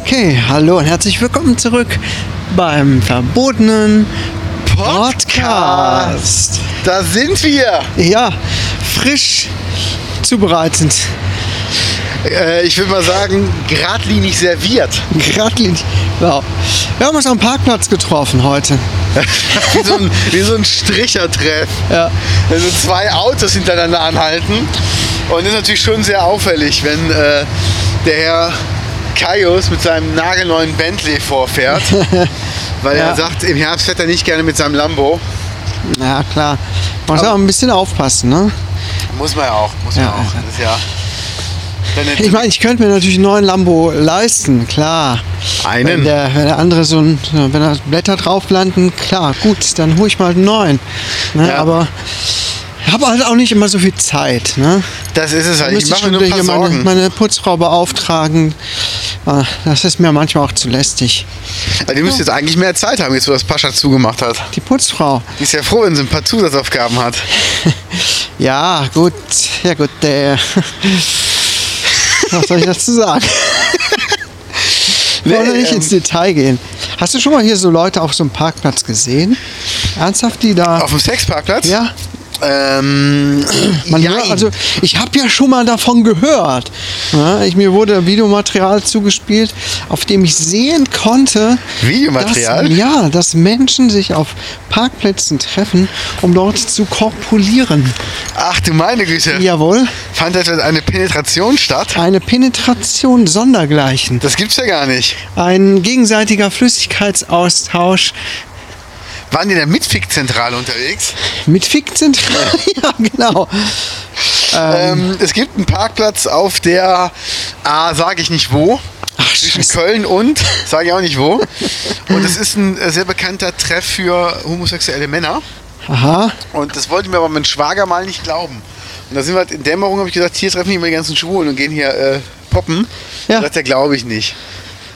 Okay, hallo und herzlich willkommen zurück beim verbotenen Podcast. Da sind wir. Ja, frisch zubereitend. Äh, ich würde mal sagen, geradlinig serviert. Geradlinig. Wow. Wir haben uns am Parkplatz getroffen heute. wie, so ein, wie so ein Strichertreff. Ja. Also zwei Autos hintereinander anhalten. Und das ist natürlich schon sehr auffällig, wenn äh, der Herr Kaius mit seinem nagelneuen Bentley vorfährt. weil Ja. er sagt, im Herbst fährt er nicht gerne mit seinem Lambo. Na klar. Man muss auch ein bisschen aufpassen, ne? Muss man ja auch. Muss man Ja. auch. Das ist ja. Dann- Ich meine, ich könnte mir natürlich einen neuen Lambo leisten, klar. Einen? Wenn der, wenn der andere so ein, wenn da Blätter drauf landen, klar, gut, dann hole ich mal einen neuen. Ne, Ja. Aber ich habe halt auch nicht immer so viel Zeit. Ne? das ist es Da halt. Ich müsste mache mir schon nur ein paar hier meine, Sorgen. meine Putzfrau beauftragen. Ah, Das ist mir manchmal auch zu lästig. Also, die müsste jetzt eigentlich mehr Zeit haben, jetzt wo das Pascha zugemacht hat. Die Putzfrau. Die ist ja froh, wenn sie ein paar Zusatzaufgaben hat. Ja, gut, ja gut, der. Was soll ich dazu sagen? Wir wollen doch nicht ähm, ins Detail gehen. Hast du schon mal hier so Leute auf so einem Parkplatz gesehen? Ernsthaft, die da. Auf dem Sexparkplatz? Ja. Ähm, Man jein. hört, also ich habe ja schon mal davon gehört. Ja, ich, mir wurde Videomaterial zugespielt, auf dem ich sehen konnte, Videomaterial? Dass, ja, dass Menschen sich auf Parkplätzen treffen, um dort zu korpulieren. Ach du meine Güte. Jawohl, Fand etwa eine Penetration statt? eine Penetration sondergleichen. Das gibt's ja gar nicht. Ein gegenseitiger Flüssigkeitsaustausch Waren die in der Mitfick-Zentrale unterwegs? mit Fickzentral. ja, genau. Ähm, es gibt einen Parkplatz auf der, ah, sage ich nicht wo, Ach, zwischen Scheiße. Köln und, sage ich auch nicht wo. Und es ist ein äh, sehr bekannter Treff für homosexuelle Männer. Aha. Und das wollte mir aber mein Schwager mal nicht glauben. Und da sind wir halt in Dämmerung, habe ich gesagt, hier treffen wir mal die ganzen Schwulen und gehen hier äh, poppen. Ja. Ja. Sagt er, glaube ich nicht.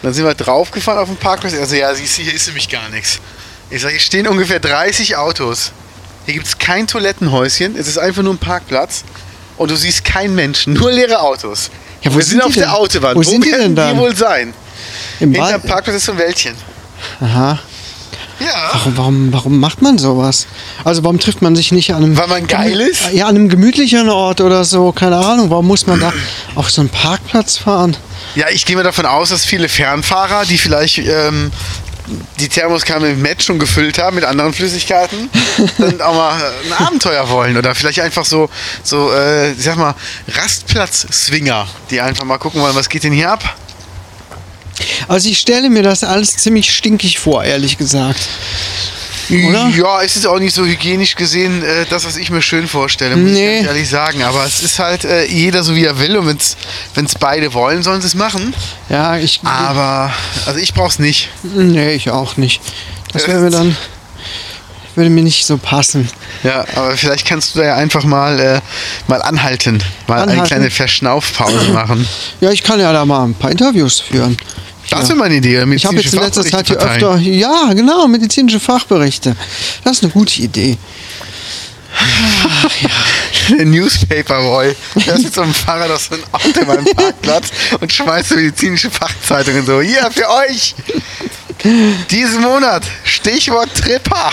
Und dann sind wir draufgefahren auf dem Parkplatz. Also ja, siehst du, hier ist nämlich gar nichts. Ich sage, hier stehen ungefähr 30 Autos. Hier gibt es kein Toilettenhäuschen, es ist einfach nur ein Parkplatz. Und du siehst keinen Menschen, nur leere Autos. Ja, wo wir sind sind, die auf denn? der Autobahn. Wo sind die werden denn dann? die wohl sein? Im Hinterm Wald. Parkplatz ist so ein Wäldchen. Aha. Ja. Warum, warum, warum macht man sowas? Also warum trifft man sich nicht an einem... Weil man geil ist? Ja, an einem gemütlicheren Ort oder so. Keine Ahnung. Warum muss man da auf so einen Parkplatz fahren? Ja, ich gehe mal davon aus, dass viele Fernfahrer, die vielleicht ähm, die Thermoskanne mit Met schon gefüllt haben mit anderen Flüssigkeiten, dann auch mal äh, ein Abenteuer wollen oder vielleicht einfach so, so äh, ich sag mal, Rastplatz-Swinger, die einfach mal gucken wollen, was geht denn hier ab? Also ich stelle mir das alles ziemlich stinkig vor, ehrlich gesagt. Oder? Ja, es ist auch nicht so hygienisch gesehen, äh, das, was ich mir schön vorstelle, muss Nee. ich ganz ehrlich sagen. Aber es ist halt äh, jeder so, wie er will und wenn's wenn's beide wollen, sollen sie es machen. Ja, ich... Ah. Aber, also ich brauch's nicht. Nee, ich auch nicht. Das wäre mir dann... Würde mir nicht so passen. Ja, aber vielleicht kannst du da ja einfach mal, äh, mal anhalten. Mal eine Anhalten. kleine Verschnaufpause machen. Ja, ich kann ja da mal ein paar Interviews führen. Das ja. wäre mal eine Idee. Ich habe jetzt in letzter Zeit hier Fachberichte öfter. Ja, genau, medizinische Fachberichte. Das ist eine gute Idee. verteilen. Der Newspaper Boy. Der ist mit so einem Fahrrad auf so einem Auto beim Parkplatz und schmeißt so medizinische Fachzeitungen so. Hier, für euch! Diesen Monat. Stichwort Tripper.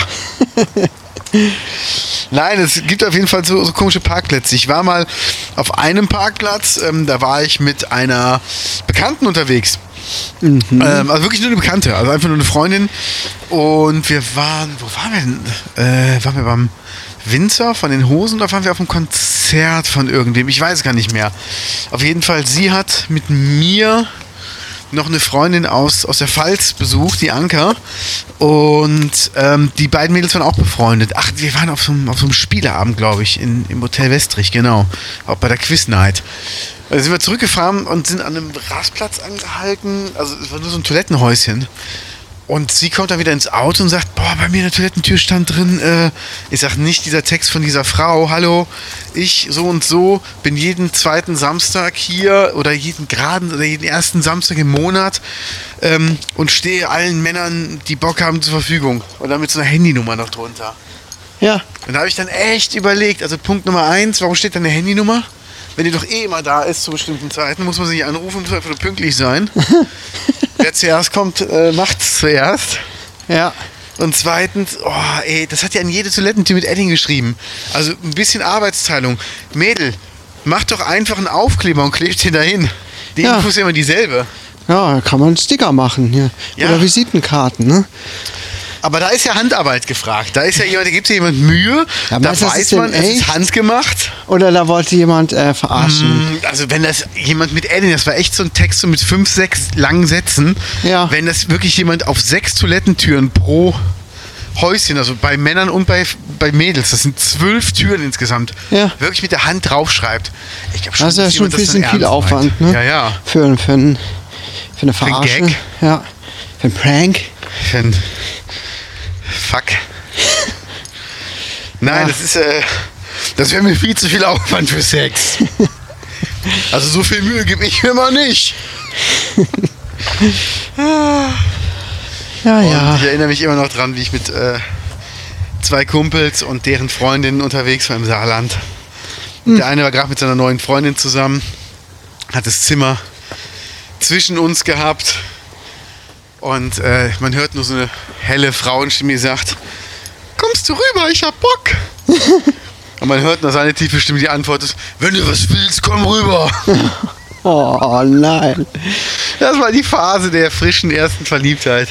Nein, es gibt auf jeden Fall so, so komische Parkplätze. Ich war mal auf einem Parkplatz, ähm, da war ich mit einer Bekannten unterwegs. Ähm, also wirklich nur eine Bekannte, also einfach nur eine Freundin. Und wir waren, wo waren wir denn? Äh, waren wir beim Winzer von den Hosen oder waren wir auf einem Konzert von irgendwem? Ich weiß gar nicht mehr. Auf jeden Fall, sie hat mit mir noch eine Freundin aus, aus der Pfalz besucht, die Anker. Und ähm, die beiden Mädels waren auch befreundet. Ach, wir waren auf so einem, auf so einem Spieleabend, glaube ich, in, im Hotel Westrich, genau. Auch bei der Quiz Night. Da sind wir Also zurückgefahren und sind an einem Rastplatz angehalten. Also es war nur so ein Toilettenhäuschen. Und sie kommt dann wieder ins Auto und sagt, boah, bei mir in der Toilettentür stand drin, äh, ich sag nicht dieser Text von dieser Frau, hallo, ich so und so bin jeden zweiten Samstag hier oder jeden geraden oder jeden ersten Samstag im Monat ähm, und stehe allen Männern, die Bock haben, zur Verfügung. Und dann mit so einer Handynummer noch drunter. Ja. Und da habe ich dann echt überlegt, also Punkt Nummer eins, warum steht da eine Handynummer? Wenn die doch eh immer da ist zu bestimmten Zeiten, muss man sie nicht anrufen, muss einfach nur pünktlich sein. Wer zuerst kommt, äh, macht's zuerst. Ja. Und zweitens, oh, ey, das hat ja an jede Toilettentür mit Edding geschrieben. Also ein bisschen Arbeitsteilung. Mädel, mach doch einfach einen Aufkleber und klebt den dahin. Die Ja. Info ist ja immer dieselbe. Ja, da kann man Sticker machen hier. Ja. Oder Visitenkarten, ne? Aber da ist ja Handarbeit gefragt. Da ist ja jemand, da gibt es ja jemand Mühe. Ja, da meinst du, das weiß ist denn man, es ist echt? handgemacht. Oder da wollte jemand äh, verarschen. Mm, Also wenn das jemand mit Edding, das war echt so ein Text so mit fünf, sechs langen Sätzen. Ja. Wenn das wirklich jemand auf sechs Toilettentüren pro Häuschen, also bei Männern und bei, bei Mädels, das sind zwölf Türen insgesamt, Ja. wirklich mit der Hand draufschreibt. Ich glaube Das ist ja dass schon ein jemand das bisschen dann viel ernst meint. Aufwand, ne? Ja, ja. Für, für, ein, für eine einen Verarsche. Gag? Ja. Für ein Prank. Für ein Fuck. Nein, Ja. das ist äh, das wäre mir viel zu viel Aufwand für Sex. also so viel Mühe gebe ich mir mal nicht. Ja, Und ja. ich erinnere mich immer noch dran, wie ich mit äh, zwei Kumpels und deren Freundinnen unterwegs war im Saarland. Hm. Und Der eine war gerade mit seiner neuen Freundin zusammen, hat das Zimmer zwischen uns gehabt. Und äh, man hört nur so eine helle Frauenstimme, die sagt, kommst du rüber, ich hab Bock. und man hört nur seine tiefe Stimme, die antwortet, wenn du was willst, komm rüber. Oh nein. Das war die Phase der frischen ersten Verliebtheit.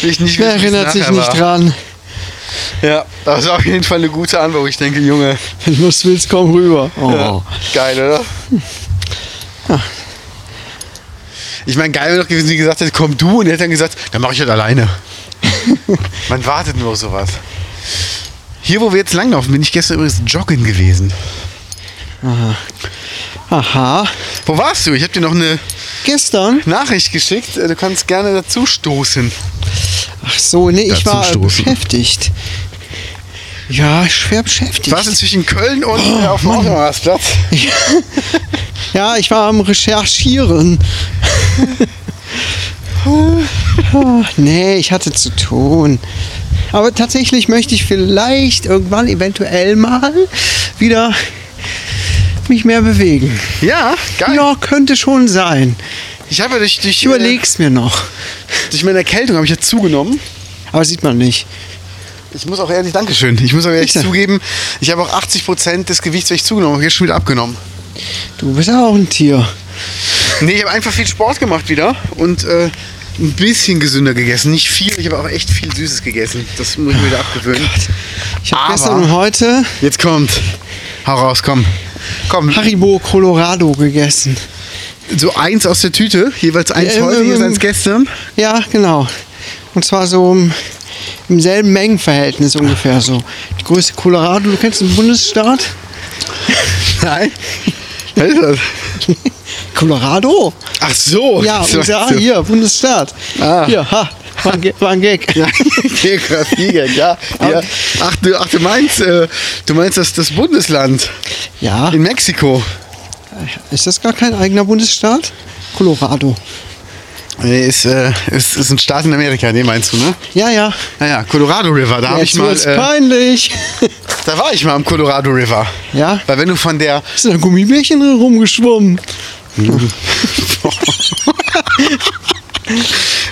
Will Ich nicht Wer wissen, wie es erinnert sich nachher nicht war. dran? Ja, das ist auf jeden Fall eine gute Antwort. Ich denke, Junge, Wenn du es willst, komm rüber. Oh. ja, geil, oder? Ich meine, geil wäre doch gewesen, wie gesagt hätte, komm du und er hätte dann gesagt, dann mache ich das alleine. Man wartet nur auf sowas. Hier, wo wir jetzt langlaufen, bin ich gestern übrigens joggen gewesen. Aha. Wo warst du? Ich habe dir noch eine Gestern? Nachricht geschickt. Du kannst gerne dazu stoßen. Ach so, nee, ich Dazu war äh, stoßen. beschäftigt. Ja, schwer beschäftigt. Du warst zwischen Köln und äh, auf dem Oh, Mann. Automarktplatz. Ja, ich war am Recherchieren. Ah, nee, ich hatte zu tun. Aber tatsächlich möchte ich vielleicht irgendwann, eventuell mal, wieder mich mehr bewegen. Ja, geil. Ja, könnte schon sein. Ich habe ja durch, durch, Ich überleg's mir noch. äh, durch meine Erkältung habe ich ja zugenommen. Aber sieht man nicht. Ich muss auch ehrlich, Dankeschön. Ich muss auch ehrlich Bitte. zugeben, ich habe auch 80 Prozent des Gewichts, was ich zugenommen habe, jetzt schon wieder abgenommen. Du bist ja auch ein Tier. Nee, ich habe einfach viel Sport gemacht wieder und äh, ein bisschen gesünder gegessen. Nicht viel, ich habe auch echt viel Süßes gegessen. Das muss ich mir wieder abgewöhnen. Oh Ich habe Aber- gestern und heute Jetzt kommt. Hau raus, komm. Komm, Haribo Colorado gegessen. so eins aus der Tüte, jeweils eins Ähm, heute, jeweils ähm, eins gestern. Ja, genau. Und zwar so im, im selben Mengenverhältnis ungefähr so. Die Größe Colorado, du kennst den Bundesstaat? ähm. Nein. Was ist das? Colorado? Ach so. Ja, Oh, das war USA, so. hier, Bundesstaat. Ah. Hier, ha, war ein, Ge- war ein Gag. Ja, Geografie, ja. ja. Ach, du, ach, du meinst, äh, du meinst das, das Bundesland Ja, in Mexiko. ist das gar kein eigener Bundesstaat? Colorado. Nee, ist, äh, ist, ist ein Staat in Amerika, den meinst du, ne? Ja, ja. Naja, Colorado River, da habe ich Jetzt mal, wird's äh, peinlich. da war ich mal am Colorado River. Ja? Weil wenn du von der, Ist da ein Gummibärchen drin rumgeschwommen?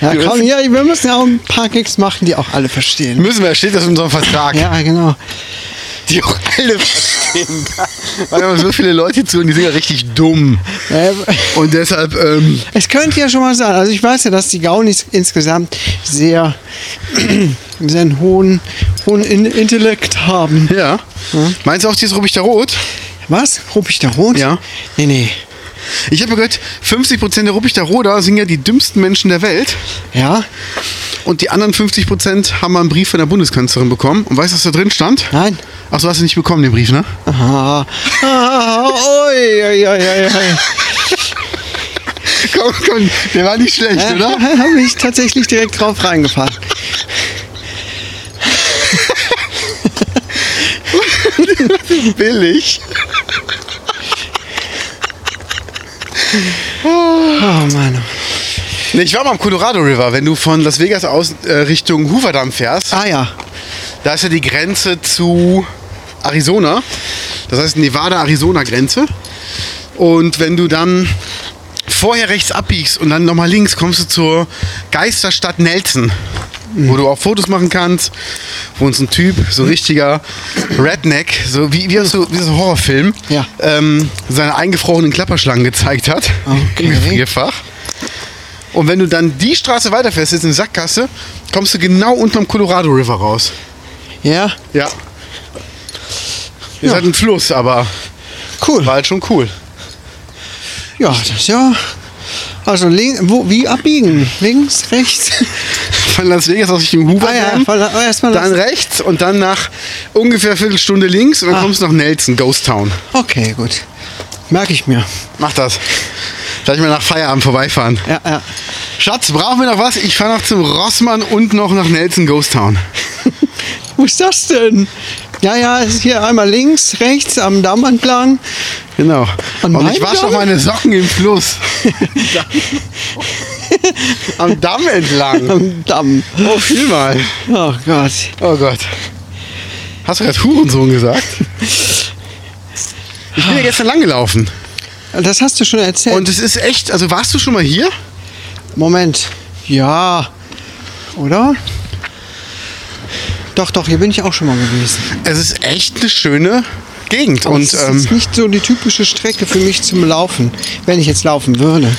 ja, komm, ja, wir müssen ja auch ein paar Gags machen, die auch alle verstehen. müssen wir, steht das in unserem Vertrag, Ja, genau. die auch alle verstehen. Weil wir haben so viele Leute zu und die sind ja richtig dumm. Äh, Und deshalb, ähm, Es könnte ja schon mal sein. Also ich weiß ja, dass die Gaunis insgesamt sehr, sehr einen hohen, hohen In Intellekt haben. ja. Meinst du auch dieses Rubik der Rot? Was? Rupp ich da rot? Ja. Nee, nee. Ich habe gehört, 50% der Rubik der Roder sind ja die dümmsten Menschen der Welt. Ja? Und die anderen 50% haben mal einen Brief von der Bundeskanzlerin bekommen. Und weißt du, was da drin stand? Nein? Ach so, hast du nicht bekommen, den Brief, ne? Ah. Ah. Oi, oi, oi, oi, oi. komm, komm, der war nicht schlecht, Ja, oder? habe ich tatsächlich direkt drauf reingepackt. Billig. Oh Mann. Nee, ich war mal am Colorado River. Wenn du von Las Vegas aus äh, Richtung Hoover Dam fährst, Ah ja. da ist ja die Grenze zu Arizona. Das heißt Nevada-Arizona-Grenze. Und wenn du dann vorher rechts abbiegst und dann nochmal links, kommst du zur Geisterstadt Nelson. Wo du auch Fotos machen kannst, wo uns ein Typ, so ein richtiger Redneck, so wie, wie aus so, wie so einem Horrorfilm, Ja. ähm, seine eingefrorenen Klapperschlangen gezeigt hat. Okay. Im Gefrierfach. Und wenn du dann die Straße weiterfährst, jetzt in die Sackgasse, kommst du genau unterm Colorado River raus. Ja, Ja. Ist halt ein Fluss, aber cool. war halt schon cool. Ja, das ist ja. Also link, wo, wie abbiegen? Links, rechts? Von Las Vegas aus Richtung Hoover Ah ja, Dam, voll- oh, erstmal dann das. rechts und dann nach ungefähr Viertelstunde links und dann Ah. kommst du nach Nelson, Ghost Town. Okay, gut. Merke ich mir. Mach das. Vielleicht mal nach Feierabend vorbeifahren. Ja, ja. Schatz, brauchen wir noch was? Ich fahre noch zum Rossmann und noch nach Nelson Ghost Town. Wo ist das denn? Ja, ja, es ist hier einmal links, rechts am Damm entlang. Genau. An und meinem ich wasche Damm? noch meine Socken im Fluss. Am Damm entlang. Am Damm. Oh, viel mal. Oh Gott. Oh Gott. Hast du gerade Hurensohn gesagt? Ich bin ja gestern langgelaufen. Das hast du schon erzählt. Und es ist echt, also warst du schon mal hier? Moment. Ja. Oder? Doch, doch, hier bin ich auch schon mal gewesen. Es ist echt eine schöne Gegend. Aber Und es ist ähm, jetzt nicht so die typische Strecke für mich zum Laufen, wenn ich jetzt laufen würde.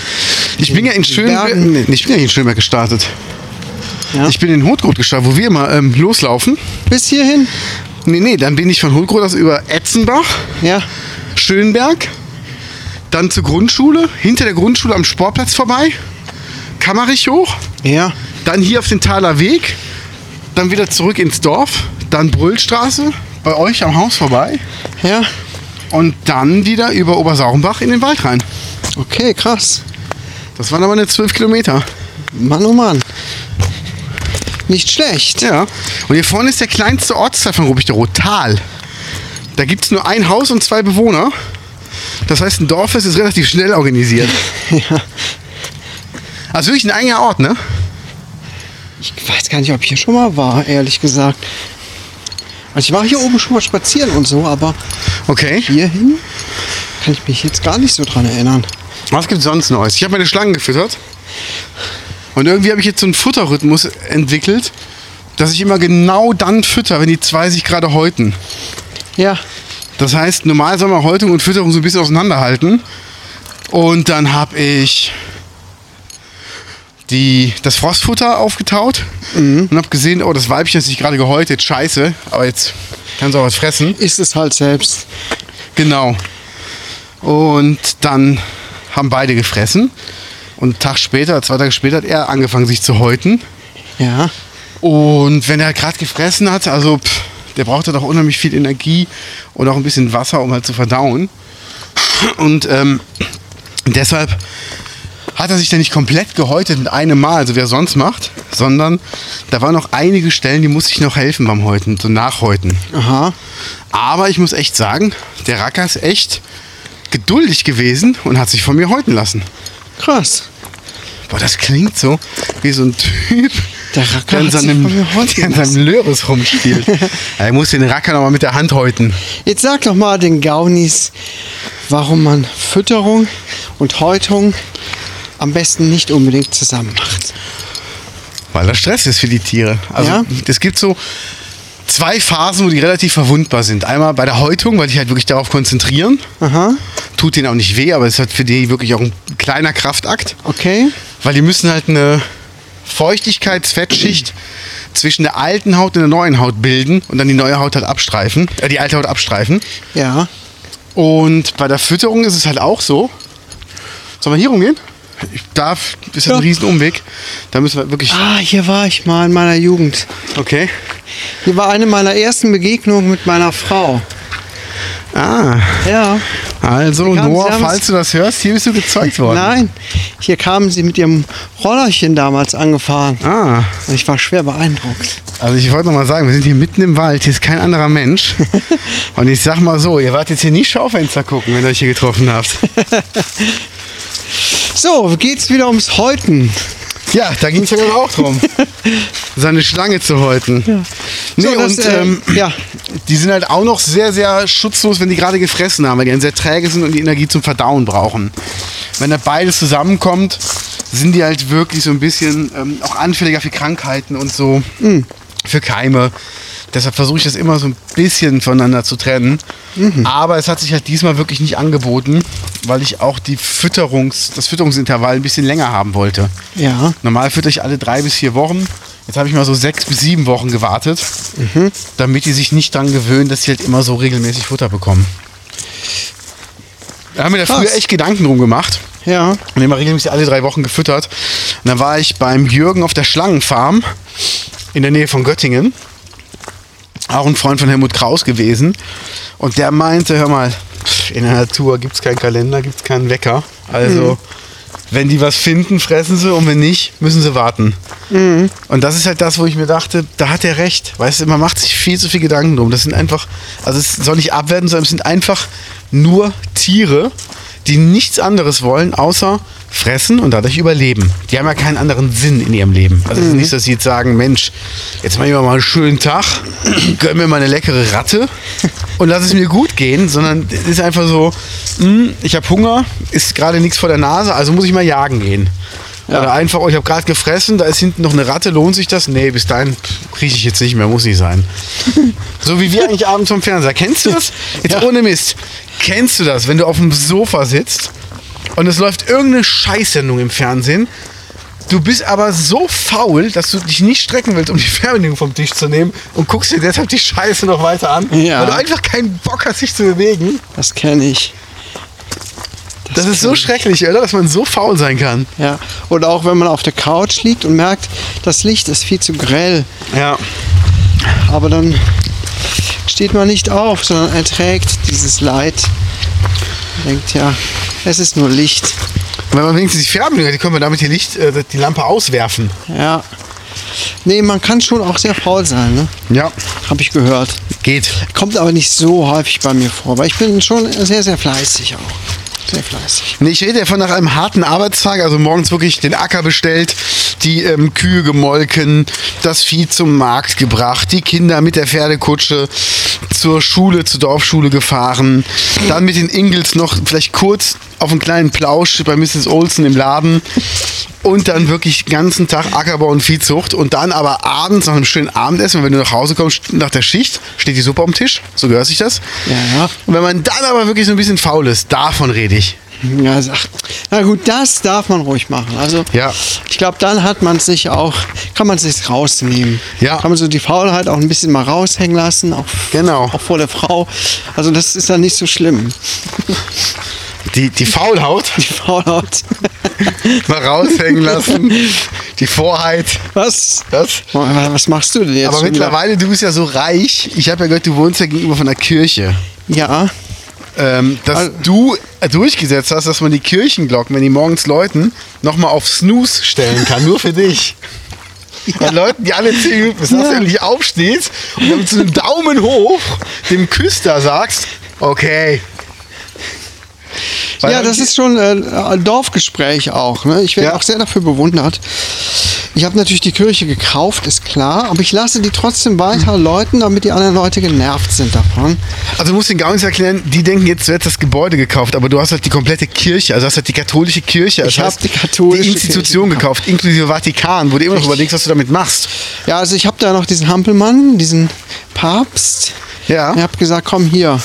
ich bin ja in Schönberg. Bergen. Nee, ich bin ja nicht in Schönberg gestartet. Ja? Ich bin in Hotgrot gestartet, wo wir immer ähm, loslaufen. Bis hierhin? Nee, nee, dann bin ich von Hotgrot aus über Etzenbach, Ja. Schönberg, dann zur Grundschule, hinter der Grundschule am Sportplatz vorbei, Kammerich hoch, Ja. dann hier auf den Thaler Weg, dann wieder zurück ins Dorf, dann Brüllstraße, bei euch am Haus vorbei Ja. und dann wieder über Obersaurenbach in den Wald rein. Okay, krass. Das waren aber nicht zwölf Kilometer. Mann, oh Mann. Nicht schlecht. Ja. Und hier vorne ist der kleinste Ortsteil von Rubichtero, Tal. Da gibt es nur ein Haus und zwei Bewohner. Das heißt, ein Dorf ist, ist relativ schnell organisiert. Ja. Also wirklich ein eigener Ort, ne? Ich weiß gar nicht, ob ich hier schon mal war, ehrlich gesagt. Also ich war hier oben schon mal spazieren und so, aber Okay. hierhin kann ich mich jetzt gar nicht so dran erinnern. Was gibt's sonst Neues? Ich habe meine Schlangen gefüttert. Und irgendwie habe ich jetzt so einen Futterrhythmus entwickelt, dass ich immer genau dann fütter, wenn die zwei sich gerade häuten. Ja. Das heißt, normal soll man Häutung und Fütterung so ein bisschen auseinanderhalten. Und dann habe ich die, das Frostfutter aufgetaut und habe gesehen, oh, das Weibchen hat sich gerade gehäutet, scheiße, aber jetzt kann sie auch was fressen. Ist es halt selbst. Genau. Und dann haben beide gefressen. Und einen Tag später, zwei Tage später, hat er angefangen, sich zu häuten. Ja. Und wenn er gerade gefressen hat, also pff, der braucht halt auch unheimlich viel Energie und auch ein bisschen Wasser, um halt zu verdauen. Und ähm, deshalb hat er sich dann nicht komplett gehäutet mit einem Mal, also wie er sonst macht, sondern da waren noch einige Stellen, die musste ich noch helfen beim Häuten, so nachhäuten. Aha. Aber ich muss echt sagen, der Racker ist echt geduldig gewesen und hat sich von mir häuten lassen. Krass. Boah, das klingt so wie so ein Typ, Der Racker der in hat sich von seinem, mir häuten der in seinem Löres rumspielt. er muss den Racker nochmal mit der Hand häuten. Jetzt sag doch mal den Gaunis, warum man Fütterung und Häutung am besten nicht unbedingt zusammen macht. Weil das Stress ist für die Tiere. Also Ja. es gibt so zwei Phasen, wo die relativ verwundbar sind. Einmal bei der Häutung, weil die halt wirklich darauf konzentrieren. Aha. Tut denen auch nicht weh, aber es ist halt für die wirklich auch ein kleiner Kraftakt. Okay. Weil die müssen halt eine Feuchtigkeitsfettschicht zwischen der alten Haut und der neuen Haut bilden und dann die neue Haut halt abstreifen, äh, die alte Haut abstreifen. Ja. Und bei der Fütterung ist es halt auch so. Sollen wir hier rumgehen? Ich darf, ist ja ein Ja. Riesenumweg. Da müssen wir wirklich. Ah, hier war ich mal in meiner Jugend. Okay. Hier war eine meiner ersten Begegnungen mit meiner Frau. Ah, Ja. Also, kamen Noah, damals- falls du das hörst, hier bist du gezeugt worden. Nein, hier kamen sie mit ihrem Rollerchen damals angefahren. Ah, Und ich war schwer beeindruckt. also ich wollte nochmal sagen, wir sind hier mitten im Wald, hier ist kein anderer Mensch. Und ich sag mal so, ihr wart jetzt hier nie Schaufenster gucken, wenn ihr euch hier getroffen habt. So, geht's wieder ums Häuten. Ja, da ging es ja dann auch drum. Seine Schlange zu häuten. Nee, so, das, und äh, ähm, ja, die sind halt auch noch sehr, sehr schutzlos, wenn die gerade gefressen haben, weil die dann sehr träge sind und die Energie zum Verdauen brauchen. Wenn da beides zusammenkommt, sind die halt wirklich so ein bisschen ähm, auch anfälliger für Krankheiten und so, für Keime. Deshalb versuche ich das immer so ein bisschen voneinander zu trennen. Aber es hat sich halt diesmal wirklich nicht angeboten, weil ich auch die Fütterungs-, das Fütterungsintervall ein bisschen länger haben wollte. ja. Normal fütter ich alle drei bis vier Wochen. Jetzt habe ich mal so sechs bis sieben Wochen gewartet, damit die sich nicht dran gewöhnen, dass sie halt immer so regelmäßig Futter bekommen. Da haben wir da Krass. früher echt Gedanken drum gemacht Ja, und immer regelmäßig alle drei Wochen gefüttert. Und dann war ich beim Jürgen auf der Schlangenfarm in der Nähe von Göttingen. Auch ein Freund von Helmut Kraus gewesen. Und der meinte, hör mal, pff, in der Natur gibt es keinen Kalender, gibt es keinen Wecker. Also, wenn die was finden, fressen sie und wenn nicht, müssen sie warten. Und das ist halt das, wo ich mir dachte, da hat er recht. Weißt du, man macht sich viel zu viel Gedanken drum. Das sind einfach, also es soll nicht abwerten, sondern es sind einfach nur Tiere, die nichts anderes wollen, außer fressen und dadurch überleben. Die haben ja keinen anderen Sinn in ihrem Leben. Also es ist nicht, dass sie jetzt sagen, Mensch, jetzt machen wir mal einen schönen Tag, gönn mir mal eine leckere Ratte und lass es mir gut gehen, sondern es ist einfach so, hm, ich habe Hunger, ist gerade nichts vor der Nase, also muss ich mal jagen gehen. Oder einfach, oh, ich habe gerade gefressen, da ist hinten noch eine Ratte, lohnt sich das? Nee, bis dahin kriege ich jetzt nicht mehr, muss nicht sein. So wie wir eigentlich abends vom Fernseher. Kennst du das? Jetzt ohne Mist. Kennst du das, wenn du auf dem Sofa sitzt und es läuft irgendeine Scheißsendung im Fernsehen? Du bist aber so faul, dass du dich nicht strecken willst, um die Fernbedienung vom Tisch zu nehmen und guckst dir deshalb die Scheiße noch weiter an, Ja. weil du einfach keinen Bock hast, dich zu bewegen. das kenne ich. Das, ist so schrecklich, oder? Dass man so faul sein kann. Ja. Oder auch wenn man auf der Couch liegt und merkt, das Licht ist viel zu grell. Ja. Aber dann steht man nicht auf, sondern erträgt dieses Leid. Denkt ja, es ist nur Licht. Wenn man wenigstens die Fernbedienung hat, die können wir damit die, Licht, äh, die Lampe auswerfen. Ja. Nee, man kann schon auch sehr faul sein, ne? Ja, Habe ich gehört. geht. Kommt aber nicht so häufig bei mir vor, weil ich bin schon sehr, sehr fleißig auch. Sehr fleißig. Nee, ich rede ja von nach einem harten Arbeitstag, also morgens wirklich den Acker bestellt, die ähm, Kühe gemolken, das Vieh zum Markt gebracht, die Kinder mit der Pferdekutsche zur Schule, zur Dorfschule gefahren, dann mit den Ingels noch vielleicht kurz auf einen kleinen Plausch bei Mrs. Olsen im Laden und dann wirklich den ganzen Tag Ackerbau und Viehzucht und dann aber abends nach einem schönen Abendessen, wenn du nach Hause kommst, nach der Schicht, steht die Suppe am Tisch, so gehört sich das. Ja. Und wenn man dann aber wirklich so ein bisschen faul ist, davon rede ich. Ja, sag. Na gut, das darf man ruhig machen. Also, Ja. ich glaube, dann hat man sich auch, kann man sich rausnehmen. Ja. Kann man so die Faulheit auch ein bisschen mal raushängen lassen, auch, Genau. auch vor der Frau. Also, das ist dann nicht so schlimm. Die, die Faulhaut Die Faulheit. mal raushängen lassen. Die Vorheit. Was? Das. Was machst du denn jetzt? Aber schon wieder? mittlerweile, du bist ja so reich. Ich habe ja gehört, du wohnst ja gegenüber von der Kirche. Ja. Ähm, dass Also- du äh, durchgesetzt hast, dass man die Kirchenglocken, wenn die morgens läuten, nochmal auf Snooze stellen kann. nur für dich. Bei Leuten, die alle 10 Minuten bis ja. endlich aufstehst und dann mit so einem Daumen hoch dem Küster sagst, okay. Weil ja, das ist schon äh, ein Dorfgespräch auch. Ne? Ich werde Ja. auch sehr dafür bewundert. Ich habe natürlich die Kirche gekauft, ist klar, aber ich lasse die trotzdem weiter Mhm. läuten, damit die anderen Leute genervt sind davon. Also du musst den Gaunis erklären, die denken jetzt, du hättest das Gebäude gekauft, aber du hast halt die komplette Kirche, also hast halt die katholische Kirche, Ich also hab hast die katholische die Institution Kirche gekauft, inklusive Vatikan, wo du immer noch überlegst, was du damit machst. Ja, also ich habe da noch diesen Hampelmann, diesen Papst. Ja. Ich habe gesagt, komm hier,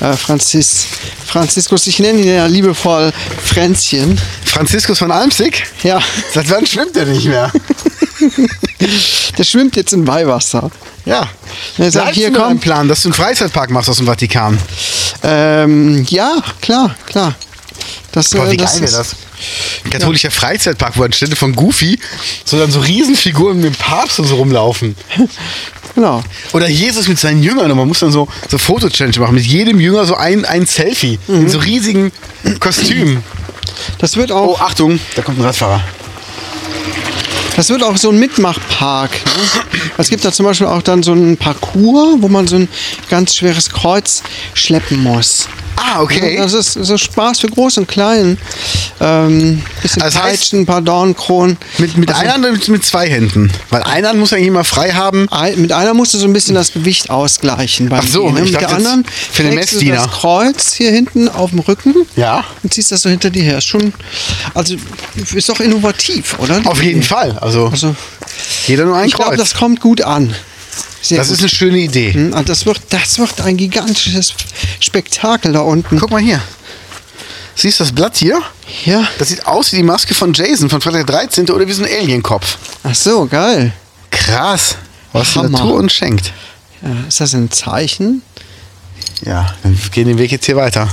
äh, Franzis, Franziskus, ich nenne ihn ja liebevoll Fränzchen. Franziskus von Almsig? Ja, Seit wann schwimmt er nicht mehr? der schwimmt jetzt im Weihwasser. Ja. Ja, sag, Bleibst hier, du mit komm. deinem Plan, dass du einen Freizeitpark machst aus dem Vatikan. Ähm, ja, klar, klar. Das, Boah, äh, wie geil wäre ist- das? Ein katholischer Freizeitpark, wo anstelle von Goofy so dann so Riesenfiguren mit dem Papst und so rumlaufen. Genau. Oder Jesus mit seinen Jüngern. Und man muss dann so, so Foto-Challenge machen. Mit jedem Jünger so ein, ein Selfie. In so riesigen Kostümen. Das wird Oh, auch, Achtung, da kommt ein Radfahrer. das wird auch so ein Mitmachpark. Ne? Es gibt da zum Beispiel auch dann so einen Parcours, wo man so ein ganz schweres Kreuz schleppen muss. Ah, okay. Das ist so Spaß für Groß und Klein. Ähm, bisschen Also das heißt- Peitschen, ein paar Dornkronen. Mit, mit Also- einer Hand oder mit, mit zwei Händen? Weil eine Hand muss eigentlich immer frei haben. Ein, mit einer musst du so ein bisschen das Gewicht ausgleichen. Beim Ach so, Gehen, ne? ich mit der dachte jetzt anderen für den trägst du Messdiener. das Kreuz hier hinten auf dem Rücken Ja. und ziehst das so hinter dir her. Ist schon, also ist doch innovativ, oder? Auf jeden Fall. Also, Also, jeder nur ein ich glaube, Kreuz. das kommt gut an. Sehr das gut. ist eine schöne Idee. Hm, und das wird, das wird ein gigantisches Spektakel da unten. Guck mal hier. Siehst du das Blatt hier? Ja. Das sieht aus wie die Maske von Jason von Freitag der 13. oder wie so ein Alienkopf. Ach so, geil. Krass. Was die Hammer. Natur uns schenkt. Ja, ist das ein Zeichen? Ja, dann gehen den Weg jetzt hier weiter.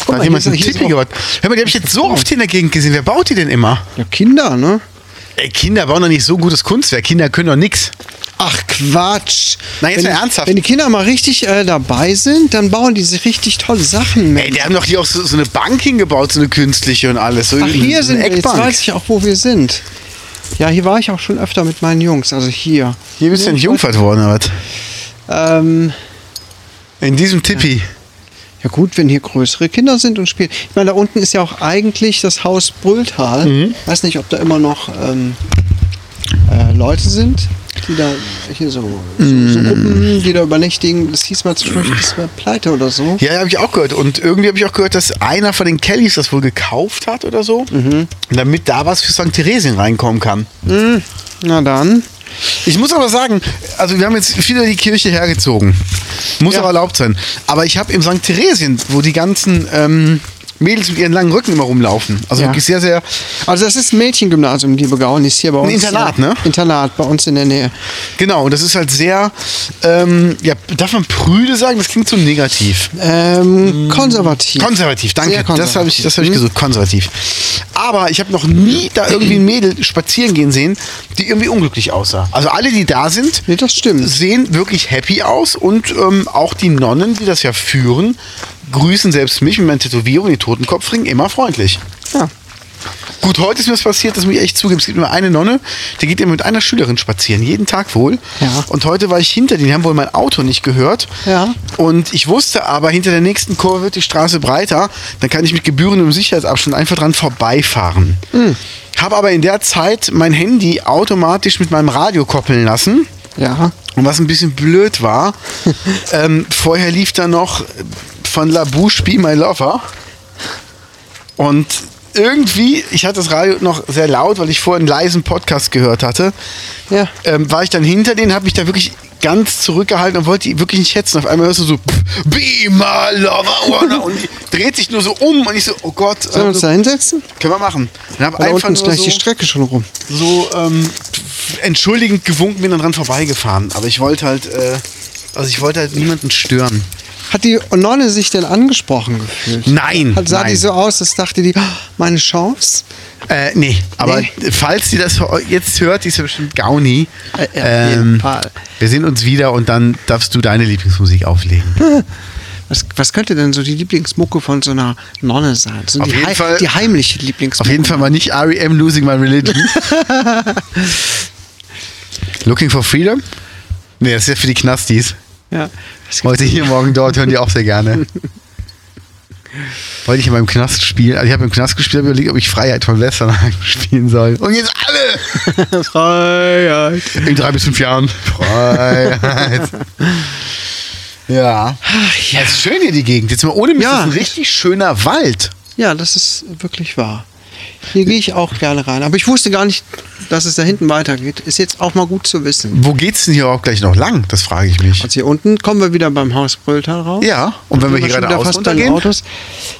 Guck da mal, hat jemand hier einen ist- hier ist Tippi auch- gebaut. Hör mal, die habe ich jetzt so oft hier in der Gegend gesehen. Wer baut die denn immer? Ja, Kinder, ne? Ey, Kinder bauen doch nicht so gutes Kunstwerk. Kinder können doch nix. Ach Quatsch. Nein, jetzt wenn, mal ernsthaft. Wenn die Kinder mal richtig äh, dabei sind, dann bauen die sich richtig tolle Sachen Ey, mit. die haben doch hier auch so, so eine Bank hingebaut, so eine künstliche und alles. So Ach, eine- hier so sind eine wir. Jetzt Eckbank. weiß ich auch, wo wir sind. Ja, hier war ich auch schon öfter mit meinen Jungs. Also hier. Hier bist du entjungfert worden, oder was? Ähm, In diesem Tippi. ja gut, wenn hier größere Kinder sind und spielen. Ich meine, da unten ist ja auch eigentlich das Haus Brülltal. Mhm. Weiß nicht, ob da immer noch ähm, äh, Leute sind, die da hier so, so, so Mhm. Gruppen, die da übernächtigen. Das hieß mal zum Beispiel, das war Pleite oder so. Ja, ja habe ich auch gehört. Und irgendwie habe ich auch gehört, dass einer von den Kellys das wohl gekauft hat oder so. Damit da was für St. Theresien reinkommen kann. Hm, na dann. Ich muss aber sagen, also wir haben jetzt viele die Kirche hergezogen. Muss Ja. auch erlaubt sein. Aber ich habe im St. Theresien, wo die ganzen ähm, Mädels mit ihren langen Rücken immer rumlaufen. Also Ja. wirklich sehr, sehr. Also das ist ein Mädchengymnasium, liebe Gaun, ist hier bei uns. äh, Internat, ne? Internat bei uns in der Nähe. Genau, und das ist halt sehr. Ähm, ja, darf man prüde sagen? Das klingt so negativ. Mhm. Ähm, Konservativ. Konservativ, danke. Sehr konservativ. Hm. Das habe ich, das hab ich gesucht, konservativ. Aber ich habe noch nie da irgendwie ein Mädel spazieren gehen sehen, die irgendwie unglücklich aussah. Also alle, die da sind, Nee, das stimmt. sehen wirklich happy aus und ähm, auch die Nonnen, die das ja führen, grüßen selbst mich mit meinen Tätowierungen, den Totenkopfring, immer freundlich. Ja. Gut, heute ist mir das passiert, dass mir echt zugeben. Es gibt immer eine Nonne, die geht immer mit einer Schülerin spazieren, jeden Tag wohl. Ja. Und heute war ich hinter denen, die haben wohl mein Auto nicht gehört. Ja. Und ich wusste aber, hinter der nächsten Kurve wird die Straße breiter, dann kann ich mit gebührendem Sicherheitsabstand einfach dran vorbeifahren. Hm. Habe aber in der Zeit mein Handy automatisch mit meinem Radio koppeln lassen. Ja. Und was ein bisschen blöd war, ähm, vorher lief da noch von La Bouche Be My Lover. Und irgendwie, ich hatte das Radio noch sehr laut, weil ich vorher einen leisen Podcast gehört hatte. Ja. Ähm, war ich dann hinter denen, habe mich da wirklich ganz zurückgehalten und wollte die wirklich nicht hetzen. Auf einmal hörst du so, "Pff, Be My Lover. Wanna", Und die dreht sich nur so um und ich so, oh Gott, Sollen wir äh, uns da hinsetzen? können wir machen. Dann hab Weil Da einfach unten nur ist gleich so, die Strecke schon rum. so ähm, pf- entschuldigend gewunken bin und dran vorbeigefahren. Aber ich wollte halt, äh, also ich wollte halt niemanden stören. Hat die Nonne sich denn angesprochen gefühlt? Nein, Hat, sah nein. die so aus, dass dachte die, "Ah, meine Chance? Äh, nee, aber falls die das jetzt hört, die ist ja bestimmt Gauni. Äh, Ähm, ja, auf jeden Fall. Wir sehen uns wieder und dann darfst du deine Lieblingsmusik auflegen. Was, was könnte denn so die Lieblingsmucke von so einer Nonne sein? So Auf die, jeden hei- Fall- die heimliche Lieblingsmucke. Auf jeden Fall mal nicht REM Losing My Religion. Looking for Freedom? Nee, das ist ja für die Knastis. Ja. Was gibt's Heute hier, morgen dort, hören die auch sehr gerne. Wollte ich in meinem Knast spielen. Also ich habe im Knast gespielt, habe überlegt, ob ich Freiheit von Westernhagen spielen soll. Und jetzt alle! Freiheit. In drei bis fünf Jahren. Freiheit. Ja. Ach, ja. ja. ist schön hier die Gegend. Jetzt mal ohne Mist, Ja. das ist ein richtig schöner Wald. Ja, das ist wirklich wahr. Hier gehe ich auch gerne rein. Aber ich wusste gar nicht, dass es da hinten weitergeht. Ist jetzt auch mal gut zu wissen. Wo geht's denn hier auch gleich noch lang? Das frage ich mich. Also hier unten kommen wir wieder beim Haus Brülltal raus. Ja, und wenn wir hier schon wieder geradeaus fast bei den runtergehen? Autos.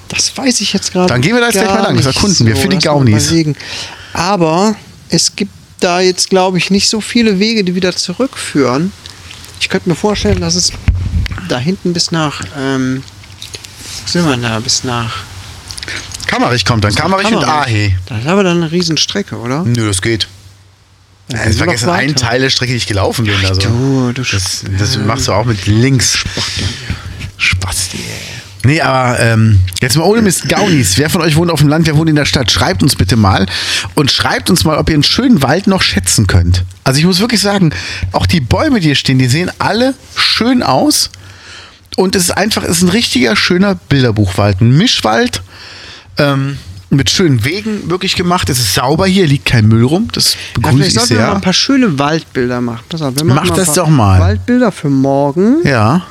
Das weiß ich jetzt gerade. Dann gehen wir da jetzt gar gleich mal lang. Das nicht erkunden wir für die lass mal Gaunis. überlegen. Aber es gibt da jetzt, glaube ich, nicht so viele Wege, die wieder zurückführen. Ich könnte mir vorstellen, dass es da hinten bis nach. Ähm, wo sind wir denn da? Bis nach. Kammerich kommt dann. Kammerich und Kammerich. Ahe. Da ist aber dann eine Riesenstrecke, oder? Nö, das geht. Ja, das war noch gestern weiter. ein Teil der Strecke, die ich gelaufen bin. Also. du, du das, das machst du auch mit links. Spaß dir. Nee, aber ähm, jetzt mal ohne Mist, Gaunis. Wer von euch wohnt auf dem Land, wer wohnt in der Stadt? Schreibt uns bitte mal und schreibt uns mal, ob ihr einen schönen Wald noch schätzen könnt. Also ich muss wirklich sagen, auch die Bäume, die hier stehen, die sehen alle schön aus. Und es ist einfach, es ist ein richtiger, schöner Bilderbuchwald. Ein Mischwald ähm, mit schönen Wegen wirklich gemacht. Es ist sauber hier, liegt kein Müll rum. Das Ja, begrüße vielleicht ich sollten wir mal sehr. ein paar schöne Waldbilder machen. Pass auf, wir machen Mach ein das paar doch mal. Waldbilder für morgen. Ja,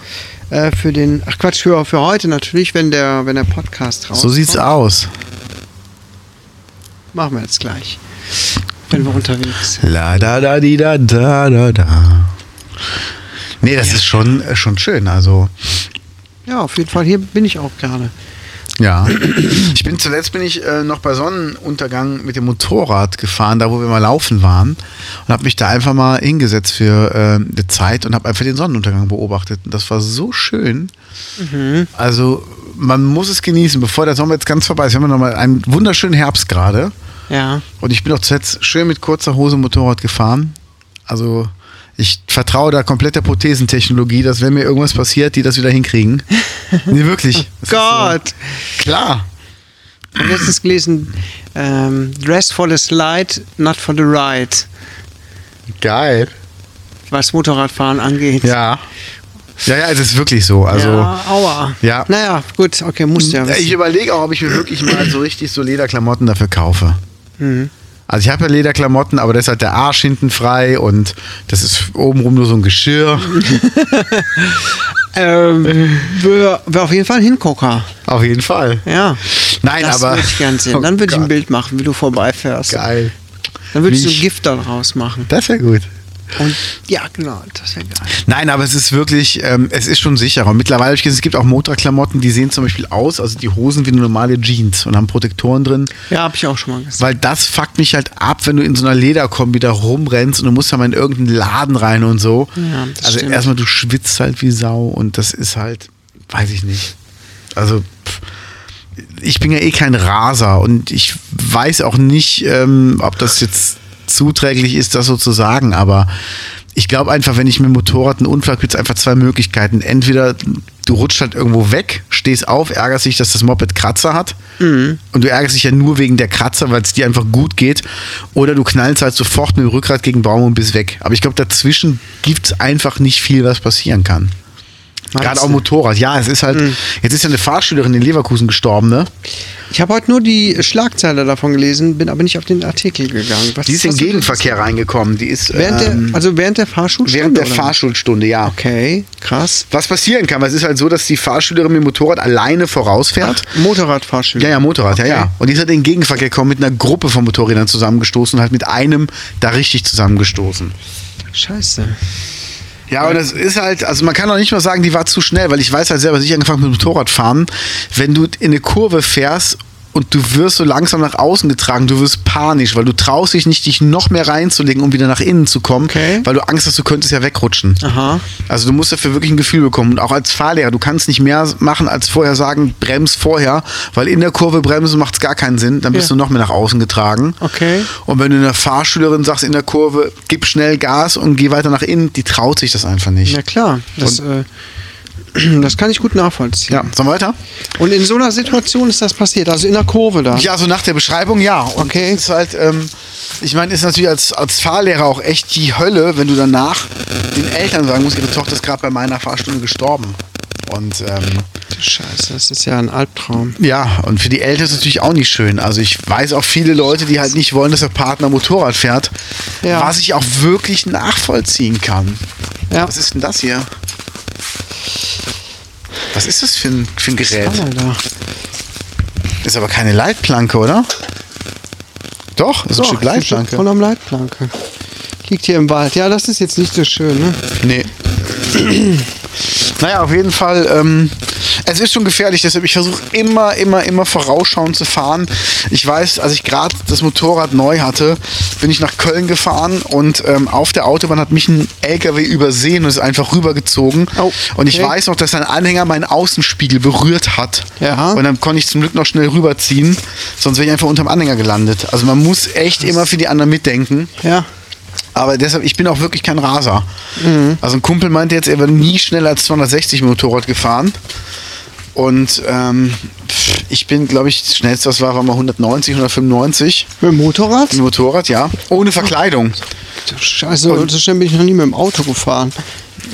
Äh, für den, ach Quatsch, für, für heute natürlich, wenn der, wenn der Podcast rauskommt. so sieht's aus. Machen wir jetzt gleich. Wenn wir unterwegs sind. La da da di da da da da. Nee, das ist schon, äh, schon schön. Also, Ja, auf jeden Fall, hier bin ich auch gerne. ja. Ich bin zuletzt bin ich äh, noch bei Sonnenuntergang mit dem Motorrad gefahren, da wo wir mal laufen waren. Und habe mich da einfach mal hingesetzt für äh, eine Zeit und habe einfach den Sonnenuntergang beobachtet. Und das war so schön. Also, man muss es genießen, bevor der Sommer jetzt ganz vorbei ist. Wir haben ja noch mal einen wunderschönen Herbst gerade. Ja. Und ich bin auch zuletzt schön mit kurzer Hose Motorrad gefahren. Also ich vertraue da komplett der Prothesentechnologie, dass wenn mir irgendwas passiert, die das wieder hinkriegen. Nee, wirklich. Das ist Gott! So, klar. Ich habe letztens gelesen, ähm, Dress for the slide, not for the ride. Geil. Was Motorradfahren angeht. Ja. Ja, ja, es ist wirklich so. Also ja aua. Ja. Naja, gut, okay, muss ja. ich überlege auch, ob ich mir wirklich mal so richtig so Lederklamotten dafür kaufe. Mhm. Also ich habe ja Lederklamotten, aber da ist halt der Arsch hinten frei und das ist obenrum nur so ein Geschirr. Ähm, wer, wer auf jeden Fall ein Hingucker. Auf jeden Fall. Ja. Nein, das aber. Oh würde ich gern sehen. Dann würde ich ein Bild machen, wie du vorbeifährst. Geil. Dann würde ich so ein Mich- Gift daraus machen. Das wäre gut. Und ja, genau, das wäre geil. Nein, aber es ist wirklich, ähm, es ist schon sicherer. Und mittlerweile, habe ich gesehen, es gibt auch Motorklamotten, die sehen zum Beispiel aus, also die Hosen wie eine normale Jeans und haben Protektoren drin. Ja, habe ich auch schon mal gesagt. Weil das fuckt mich halt ab, wenn du in so einer Lederkombi da rumrennst und du musst ja mal in irgendeinen Laden rein und so. Ja, das also stimmt. erstmal, du schwitzt halt wie Sau und das ist halt, weiß ich nicht. Also, pff, ich bin ja eh kein Raser und ich weiß auch nicht, ähm, ob das jetzt zuträglich ist, das so zu sagen, aber ich glaube einfach, wenn ich mit dem Motorrad einen Unfall gibt es einfach zwei Möglichkeiten. Entweder du rutscht halt irgendwo weg, stehst auf, ärgerst dich, dass das Moped Kratzer hat Mhm. und du ärgerst dich ja nur wegen der Kratzer, weil es dir einfach gut geht oder du knallst halt sofort mit dem Rückgrat gegen den Baum und bist weg. Aber ich glaube, dazwischen gibt es einfach nicht viel, was passieren kann. Meinst Gerade auch du? Mhm. Motorrad. Ja, es ist halt, jetzt ist ja eine Fahrschülerin in Leverkusen gestorben, ne? Ich habe heute nur die Schlagzeile davon gelesen, bin aber nicht auf den Artikel gegangen. Was Die ist in was- den Gegenverkehr reingekommen. Die ist Während ähm, der, also während der Fahrschulstunde? während der oder? Fahrschulstunde, ja. Okay, krass. Was passieren kann, weil es ist halt so, dass die Fahrschülerin mit dem Motorrad alleine vorausfährt. Motorradfahrschule. Ja, ja, Motorrad, ja, ja. Und die ist halt in den Gegenverkehr gekommen mit einer Gruppe von Motorrädern zusammengestoßen und halt mit einem da richtig zusammengestoßen. Scheiße. Ja, und das ist halt, also man kann auch nicht mal sagen, die war zu schnell, weil ich weiß halt selber, dass ich angefangen mit dem Motorradfahren, wenn du in eine Kurve fährst und du wirst so langsam nach außen getragen, du wirst panisch, weil du traust dich nicht, dich noch mehr reinzulegen, um wieder nach innen zu kommen, Okay. weil du Angst hast, du könntest ja wegrutschen. Aha. Also du musst dafür wirklich ein Gefühl bekommen. Und auch als Fahrlehrer, du kannst nicht mehr machen, als vorher sagen, brems vorher, weil in der Kurve bremsen macht es gar keinen Sinn, dann bist Ja. du noch mehr nach außen getragen. Okay. Und wenn du einer Fahrschülerin sagst in der Kurve, gib schnell Gas und geh weiter nach innen, die traut sich das einfach nicht. Na klar, das, äh, das kann ich gut nachvollziehen. Ja, sollen wir weiter? Und in so einer Situation ist das passiert, also in der Kurve da. Ja, so nach der Beschreibung, ja. Und Okay. Ist halt, ähm, ich meine, ist natürlich als, als Fahrlehrer auch echt die Hölle, wenn du danach den Eltern sagen musst, ihre Tochter ist gerade bei meiner Fahrstunde gestorben. Und ähm, Scheiße, das ist ja ein Albtraum. ja, und für die Eltern ist es natürlich auch nicht schön. Also ich weiß auch viele Leute, die halt nicht wollen, dass der Partner Motorrad fährt, Ja. was ich auch wirklich nachvollziehen kann. Ja. Was ist denn das hier? Was ist das für ein, für ein Gerät? Was haben wir da? Ist aber keine Leitplanke, oder? Doch, ist ist ein ein Stück Stück Leitplanke. Von am Leitplanke. Liegt hier im Wald. Ja, das ist jetzt nicht so schön, ne? Nee. naja, auf jeden Fall, ähm, es ist schon gefährlich, deshalb ich versuche immer, immer, immer vorausschauend zu fahren. Ich weiß, als ich gerade das Motorrad neu hatte, bin ich nach Köln gefahren und ähm, auf der Autobahn hat mich ein LKW übersehen und ist einfach rübergezogen. Oh, Und ich okay. weiß noch, dass ein Anhänger meinen Außenspiegel berührt hat. Ja. Und dann konnte ich zum Glück noch schnell rüberziehen, sonst wäre ich einfach unterm Anhänger gelandet. Also man muss echt immer für die anderen mitdenken. Ja. Aber deshalb, ich bin auch wirklich kein Raser. Mhm. Also ein Kumpel meinte jetzt, er wäre nie schneller als 260 Motorrad gefahren. Und ähm, pff, ich bin, glaube ich, das schnellste, was war, war mal 190, 195 Mit dem Motorrad? mit dem Motorrad, ja. Ohne Verkleidung. Du Scheiße, so schnell bin ich noch nie mit dem Auto gefahren.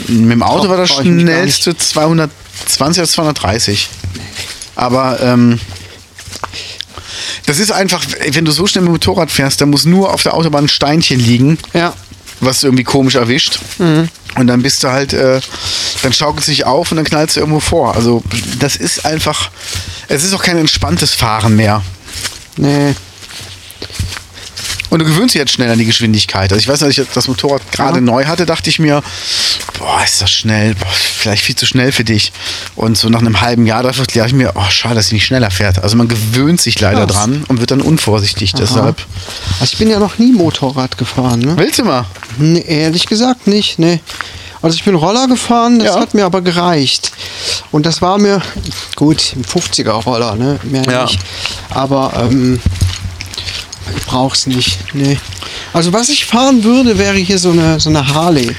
Mit dem Auto war das Brauch ich mich gar schnellste 220 oder 230. Aber ähm, das ist einfach, wenn du so schnell mit dem Motorrad fährst, dann muss nur auf der Autobahn ein Steinchen liegen, Ja. was du irgendwie komisch erwischt. Und dann bist du halt, äh, dann schaukelt sich auf und dann knallst du irgendwo vor. Also das ist einfach, es ist auch kein entspanntes Fahren mehr. Nee. Und du gewöhnst dich jetzt schnell an die Geschwindigkeit. Also ich weiß, als ich das Motorrad gerade Ja. neu hatte, dachte ich mir, boah, ist das schnell, boah, vielleicht viel zu schnell für dich. Und so nach einem halben Jahr dachte ich mir, oh, schade, dass sie nicht schneller fährt. Also man gewöhnt sich leider Krass. dran und wird dann unvorsichtig. Deshalb. Also ich bin ja noch nie Motorrad gefahren, ne? Willst du mal? Nee, ehrlich gesagt nicht, ne. Also ich bin Roller gefahren, das Ja. hat mir aber gereicht. Und das war mir, gut, ein 50er Roller, ne? Mehr Ja. nicht. Aber ähm, ich brauch's nicht, ne. Also was ich fahren würde, wäre hier so eine, so eine Harley.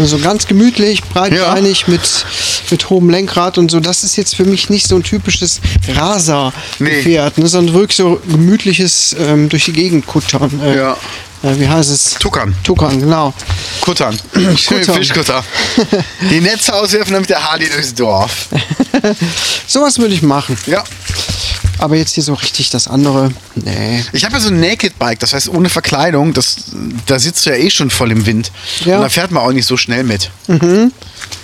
So ganz gemütlich, breitbeinig, mit, mit hohem Lenkrad und so. Das ist jetzt für mich nicht so ein typisches Raser-Gefährt, ne? sondern wirklich so gemütliches ähm, durch die Gegend kutschern. Äh, Ja. äh, wie heißt es? Tuckern. Tuckern, genau. Kuttern. Kuttern. Fischkutter. Die Netze auswerfen, damit der Harley durchs Dorf. Sowas würde ich machen. Ja. Aber jetzt hier so richtig das andere. Nee. Ich habe ja so ein Naked Bike, das heißt ohne Verkleidung, das, da sitzt du ja eh schon voll im Wind. Ja. Mhm. Und da fährt man auch nicht so schnell mit.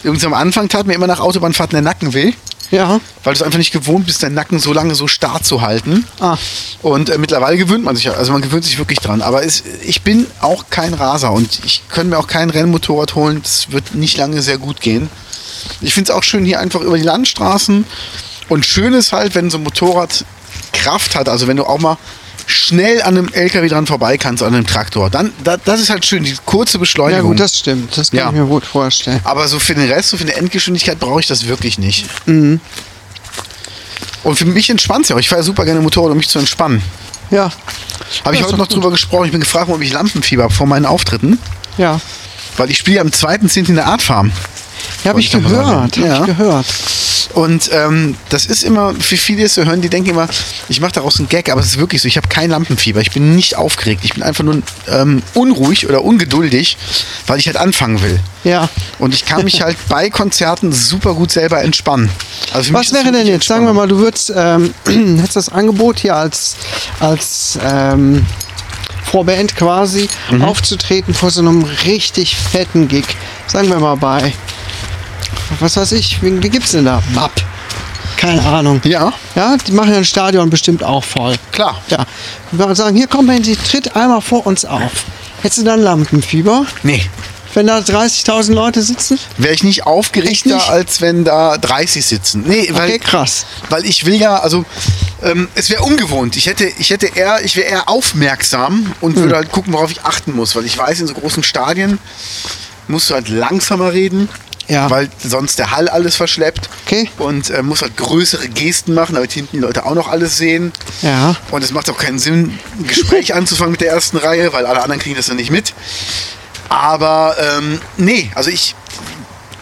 Übrigens am Anfang tat mir immer nach Autobahnfahrten der Nacken weh, Ja. weil du es einfach nicht gewohnt bist, deinen Nacken so lange so starr zu halten. Ah. Und äh, mittlerweile gewöhnt man sich, also man gewöhnt sich wirklich dran. Aber es, ich bin auch kein Raser und ich könnte mir auch kein Rennmotorrad holen. Das wird nicht lange sehr gut gehen. Ich finde es auch schön hier einfach über die Landstraßen. Und schön ist halt, wenn so ein Motorrad Kraft hat. Also wenn du auch mal schnell an einem LKW dran vorbei kannst, an einem Traktor. Dann, da, das ist halt schön, die kurze Ja Beschleunigung. gut, das stimmt. Das kann Ja. ich mir gut vorstellen. Aber so für den Rest, so für die Endgeschwindigkeit brauche ich das wirklich nicht. Mhm. Und für mich entspannt es ja auch. Ich fahre super gerne Motorrad, um mich zu entspannen. Ja. Habe ich Ja, ist heute doch noch gut. drüber gesprochen. Ich bin gefragt, worden, ob ich Lampenfieber habe vor meinen Auftritten. Ja. Weil ich spiele ja am 2.10. in der Art Farm. Ja, habe ich Wollte ich noch mal gehört. Ja. sagen. Ja. Hab ich gehört. Und ähm, das ist immer, für viele, die es so hören, die denken immer, ich mache daraus einen Gag, aber es ist wirklich so, ich habe kein Lampenfieber. Ich bin nicht aufgeregt. Ich bin einfach nur ähm, unruhig oder ungeduldig, weil ich halt anfangen will. Ja. Und ich kann mich halt bei Konzerten super gut selber entspannen. Also für mich Was ist wäre das denn wirklich jetzt? Sagen wir mal, du würdest, ähm, hättest das Angebot hier als, als ähm, Vorband quasi Mhm. aufzutreten vor so einem richtig fetten Gig. Sagen wir mal bei, was weiß ich, wie, wie gibt's denn da? WAP. Keine Ahnung. Ja. Ja, die machen ja ein Stadion bestimmt auch voll. Klar. Ja. Wir würden sagen, hier komm Hensi, tritt einmal vor uns auf. Hättest du dann Lampenfieber, Nee. wenn da 30.000 Leute sitzen? Wäre ich nicht aufgeregter, Echt nicht? als wenn da 30 sitzen. Nee, weil, Okay, krass. Weil ich will ja, also ähm, es wäre ungewohnt. Ich hätte, ich hätte eher, ich wäre eher aufmerksam und Hm. würde halt gucken, worauf ich achten muss, weil ich weiß, in so großen Stadien musst du halt langsamer reden. Ja. Weil sonst der Hall alles verschleppt. Okay. Und äh, muss halt größere Gesten machen, damit hinten die Leute auch noch alles sehen. Ja. Und es macht auch keinen Sinn, ein Gespräch anzufangen mit der ersten Reihe, weil alle anderen kriegen das dann nicht mit. Aber ähm, nee, also ich,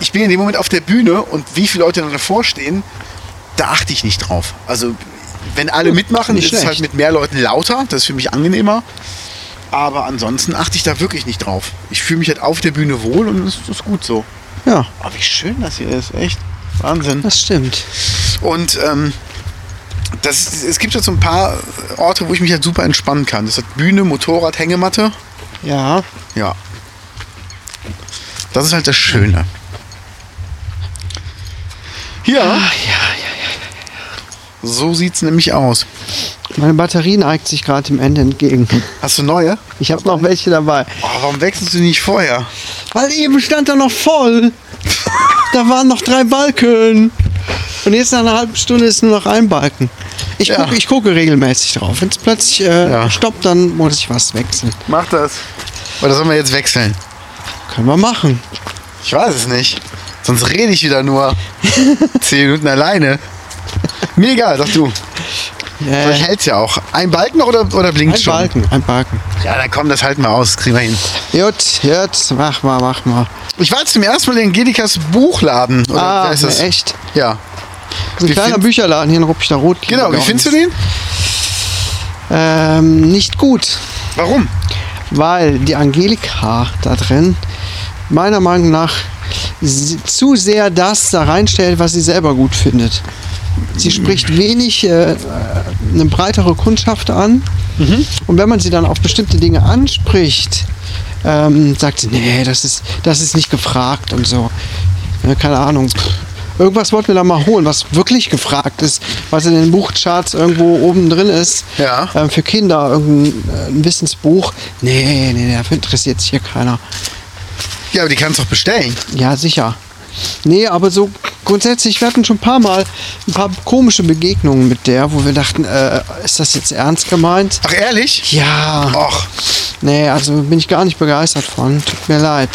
ich bin in dem Moment auf der Bühne und wie viele Leute dann davor stehen, da achte ich nicht drauf. Also wenn alle mitmachen, Hm, nicht ist es halt schlecht. mit mehr Leuten lauter, das ist für mich angenehmer. Aber ansonsten achte ich da wirklich nicht drauf. Ich fühle mich halt auf der Bühne wohl und es ist gut so. Ja, Aber wie schön das hier ist, echt. Wahnsinn. das stimmt. Und ähm, das ist, es gibt jetzt so ein paar Orte, wo ich mich halt super entspannen kann. Das hat Bühne, Motorrad, Hängematte. Ja. Ja. Das ist halt das Schöne. Ah, Ja. So sieht's nämlich aus. Meine Batterie neigt sich gerade dem Ende entgegen. Hast du neue? Ich habe noch welche dabei. Oh, warum wechselst du nicht vorher? Weil eben stand da noch voll. Da waren noch drei Balken. Und jetzt nach einer halben Stunde ist nur noch ein Balken. Ich, Ja. gucke, ich gucke regelmäßig drauf. Wenn es plötzlich äh, Ja. stoppt, dann muss ich was wechseln. Mach das. Oder sollen wir jetzt wechseln? Können wir machen. Ich weiß es nicht. Sonst rede ich wieder nur 10 Minuten alleine. Mir egal, sag du. Ja. Vielleicht hält's ja auch. Ein Balken noch oder, oder blinkt Äh, Ein schon? Balken, ein Balken. Ja, dann komm, das halten wir aus. Das kriegen wir hin. Gut, jetzt mach mal, mach mal. Ich war zum ersten Mal in Angelikas Buchladen. Oder ah, wer ist das? echt. Ja. Das ist ein Wie kleiner find- Bücherladen hier in Ruppichter Rot. Genau, wie findest du den? Ähm, nicht gut, Warum? weil die Angelika da drin meiner Meinung nach s- zu sehr das da reinstellt, was sie selber gut findet. Sie spricht wenig äh, äh, eine breitere Kundschaft an. Und wenn man sie dann auf bestimmte Dinge anspricht, ähm, sagt sie, nee, das ist, das ist nicht gefragt und so. Ja, keine Ahnung. Irgendwas wollten wir da mal holen, was wirklich gefragt ist, was in den Buchcharts irgendwo oben drin ist. Ja. Ähm, für Kinder irgendein äh, ein Wissensbuch. Nee, nee, dafür interessiert sich hier keiner. Ja, aber die kannst du doch bestellen. Ja, sicher. Nee, aber so grundsätzlich, wir hatten schon ein paar Mal ein paar komische Begegnungen mit der, wo wir dachten, äh, ist das jetzt ernst gemeint? Ach, ehrlich? Ja. Och, Nee, also bin ich gar nicht begeistert von. Tut mir leid.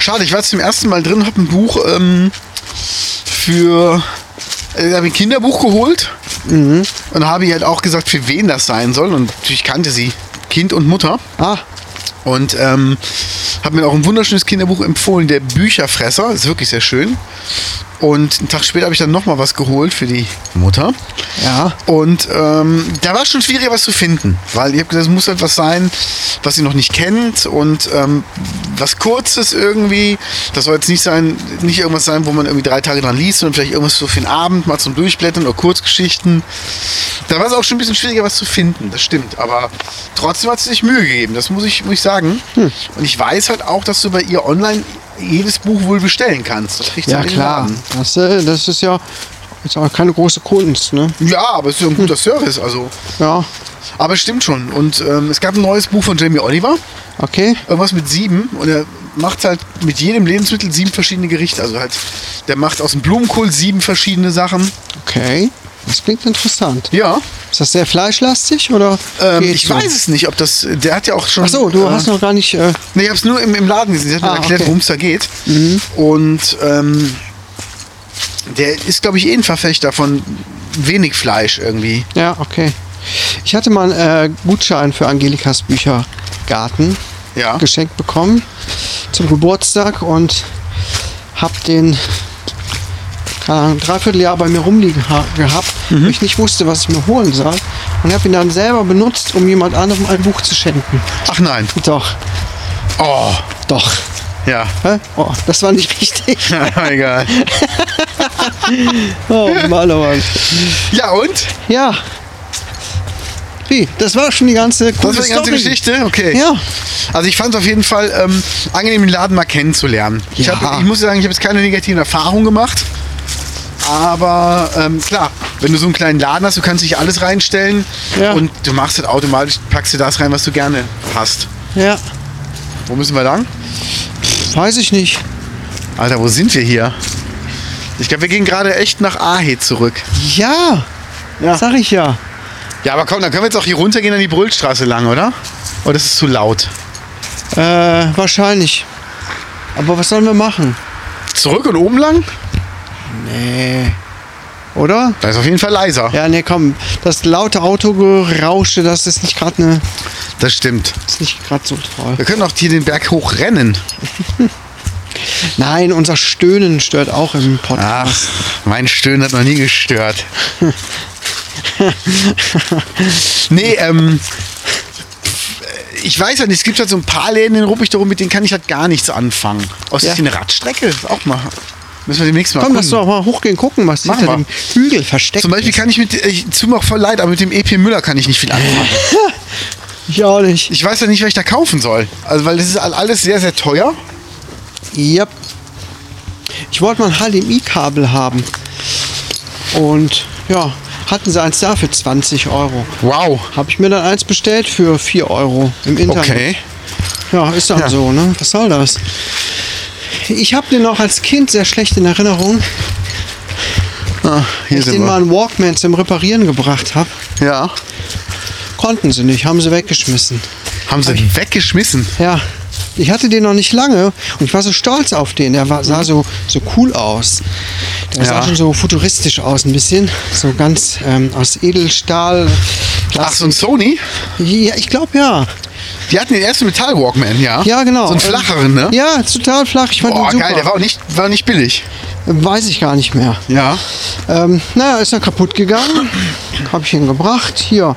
schade, ich war zum ersten Mal drin, hab ein Buch ähm, für. Äh, hab ein Kinderbuch geholt Mhm. und habe ihr halt auch gesagt, für wen das sein soll. Und natürlich kannte sie Kind und Mutter. Ah, Und ähm, habe mir auch ein wunderschönes Kinderbuch empfohlen, der Bücherfresser. Ist wirklich sehr schön. Und einen Tag später habe ich dann nochmal was geholt für die Mutter. ja. Und ähm, da war es schon schwierig, was zu finden. Weil ich habe gesagt, es muss etwas sein, was sie noch nicht kennt und ähm, was Kurzes irgendwie. Das soll jetzt nicht sein, nicht irgendwas sein, wo man irgendwie drei Tage dran liest, sondern vielleicht irgendwas so für den Abend mal zum Durchblättern oder Kurzgeschichten. Da war es auch schon ein bisschen schwieriger, was zu finden, das stimmt. Aber trotzdem hat sie sich Mühe gegeben, das muss ich, muss ich sagen. Hm. Und ich weiß halt auch, dass du bei ihr online jedes Buch wohl bestellen kannst. Das kriegst du Ja, halt im klar. Laden. Das, äh, das ist ja ist auch keine große Kunst, ne? Ja, aber es ist ja ein guter Service, also. Ja, Aber es stimmt schon. Und ähm, es gab ein neues Buch von Jamie Oliver, okay. irgendwas mit sieben. Und er macht halt mit jedem Lebensmittel sieben verschiedene Gerichte. Also halt, der macht aus dem Blumenkohl sieben verschiedene Sachen. Okay. Das klingt interessant. Ja. Ist das sehr fleischlastig oder? Ähm, geht's ich so? weiß es nicht, ob das. Der hat ja auch schon. Ach so, du äh, hast noch gar nicht. Äh, Nee, ich habe es nur im, im Laden gesehen. Sie hat mir Ah, erklärt, okay. Mhm. worum es da geht. Und ähm, der ist, glaube ich, eh ein Verfechter von wenig Fleisch irgendwie. ja, okay. Ich hatte mal einen äh, Gutschein für Angelikas Büchergarten Ja. geschenkt bekommen zum Geburtstag und habe den keine Ahnung, dreiviertel Jahr bei mir rumliegen ha- gehabt, Mhm. weil ich nicht wusste, was ich mir holen soll und habe ihn dann selber benutzt, um jemand anderem ein Buch zu schenken. Ach nein. Doch, Oh. doch. Ja. Hä? Oh, das war nicht richtig. Egal. Oh Mann, oh Mann. Ja, und? Ja. Wie, das war schon die ganze Das coole war die ganze Story. Geschichte? Okay. Ja. Also ich fand es auf jeden Fall ähm, angenehm, den Laden mal kennenzulernen. Ich, Ja. hab, ich muss sagen, ich habe jetzt keine negativen Erfahrungen gemacht. Aber ähm, klar, wenn du so einen kleinen Laden hast, du kannst dich alles reinstellen Ja. und du machst halt automatisch, packst dir das rein, was du gerne hast. Ja, Wo müssen wir lang? weiß ich nicht. Alter, wo sind wir hier? Ich glaube, wir gehen gerade echt nach Ahe zurück. Ja, Ja. sag ich ja. Ja, aber komm, dann können wir jetzt auch hier runtergehen an die Brüllstraße lang, oder? Oder ist es zu laut? Äh, wahrscheinlich. Aber was sollen wir machen? Zurück und oben lang? Nee. Oder? Da ist auf jeden Fall leiser. Ja, nee, komm. Das laute Autogerausche, das ist nicht gerade ne, Das stimmt. ist nicht gerade so toll. Wir können auch hier den Berg hoch rennen. Nein, unser Stöhnen stört auch im Podcast. Ach, mein Stöhnen hat noch nie gestört. nee, ähm. Ich weiß ja nicht, es gibt halt so ein paar Läden in Ruppig darum, mit denen kann ich halt gar nichts anfangen. Außer Ja. ja. eine Radstrecke, auch mal. Müssen wir demnächst mal komm, lass erkunden. doch mal hochgehen, gucken, was Machen hinter wir. dem Hügel versteckt Zum Beispiel kann ich mit, ich tue mir auch voll leid, aber mit dem EP Müller kann ich nicht viel anfangen. ist. Ich auch nicht. Ich weiß ja nicht, was ich da kaufen soll. Also, weil das ist alles sehr, sehr teuer. Yep. Ich wollte mal ein HDMI-Kabel haben. Und ja, hatten sie eins da für 20 Euro. Wow. Habe ich mir dann eins bestellt für 4 Euro im Internet. Okay. Ja, ist dann Ja. so, ne? Was soll das? Ich habe den auch als Kind sehr schlecht in Erinnerung, Ah, wenn hier ich sind den mal wir. einen Walkman zum Reparieren gebracht habe. Ja. Konnten sie nicht, haben sie weggeschmissen. Haben sie weggeschmissen. Ja, Ich hatte den noch nicht lange und ich war so stolz auf den. Der war, sah so, so cool aus. Der sah Ja. schon so futuristisch aus, ein bisschen. So ganz ähm, aus Edelstahl. Ach, so ein Sony? Ja, ich glaube ja. Die hatten den ersten Metall Walkman, ja? Ja, genau. So einen flacheren, ne? Ja, total flach. Ich fand Boah, den super. geil, der war auch nicht, war nicht billig. Weiß ich gar nicht mehr. Ja. Ähm, naja, ist dann kaputt gegangen. Habe ich ihn gebracht. Hier.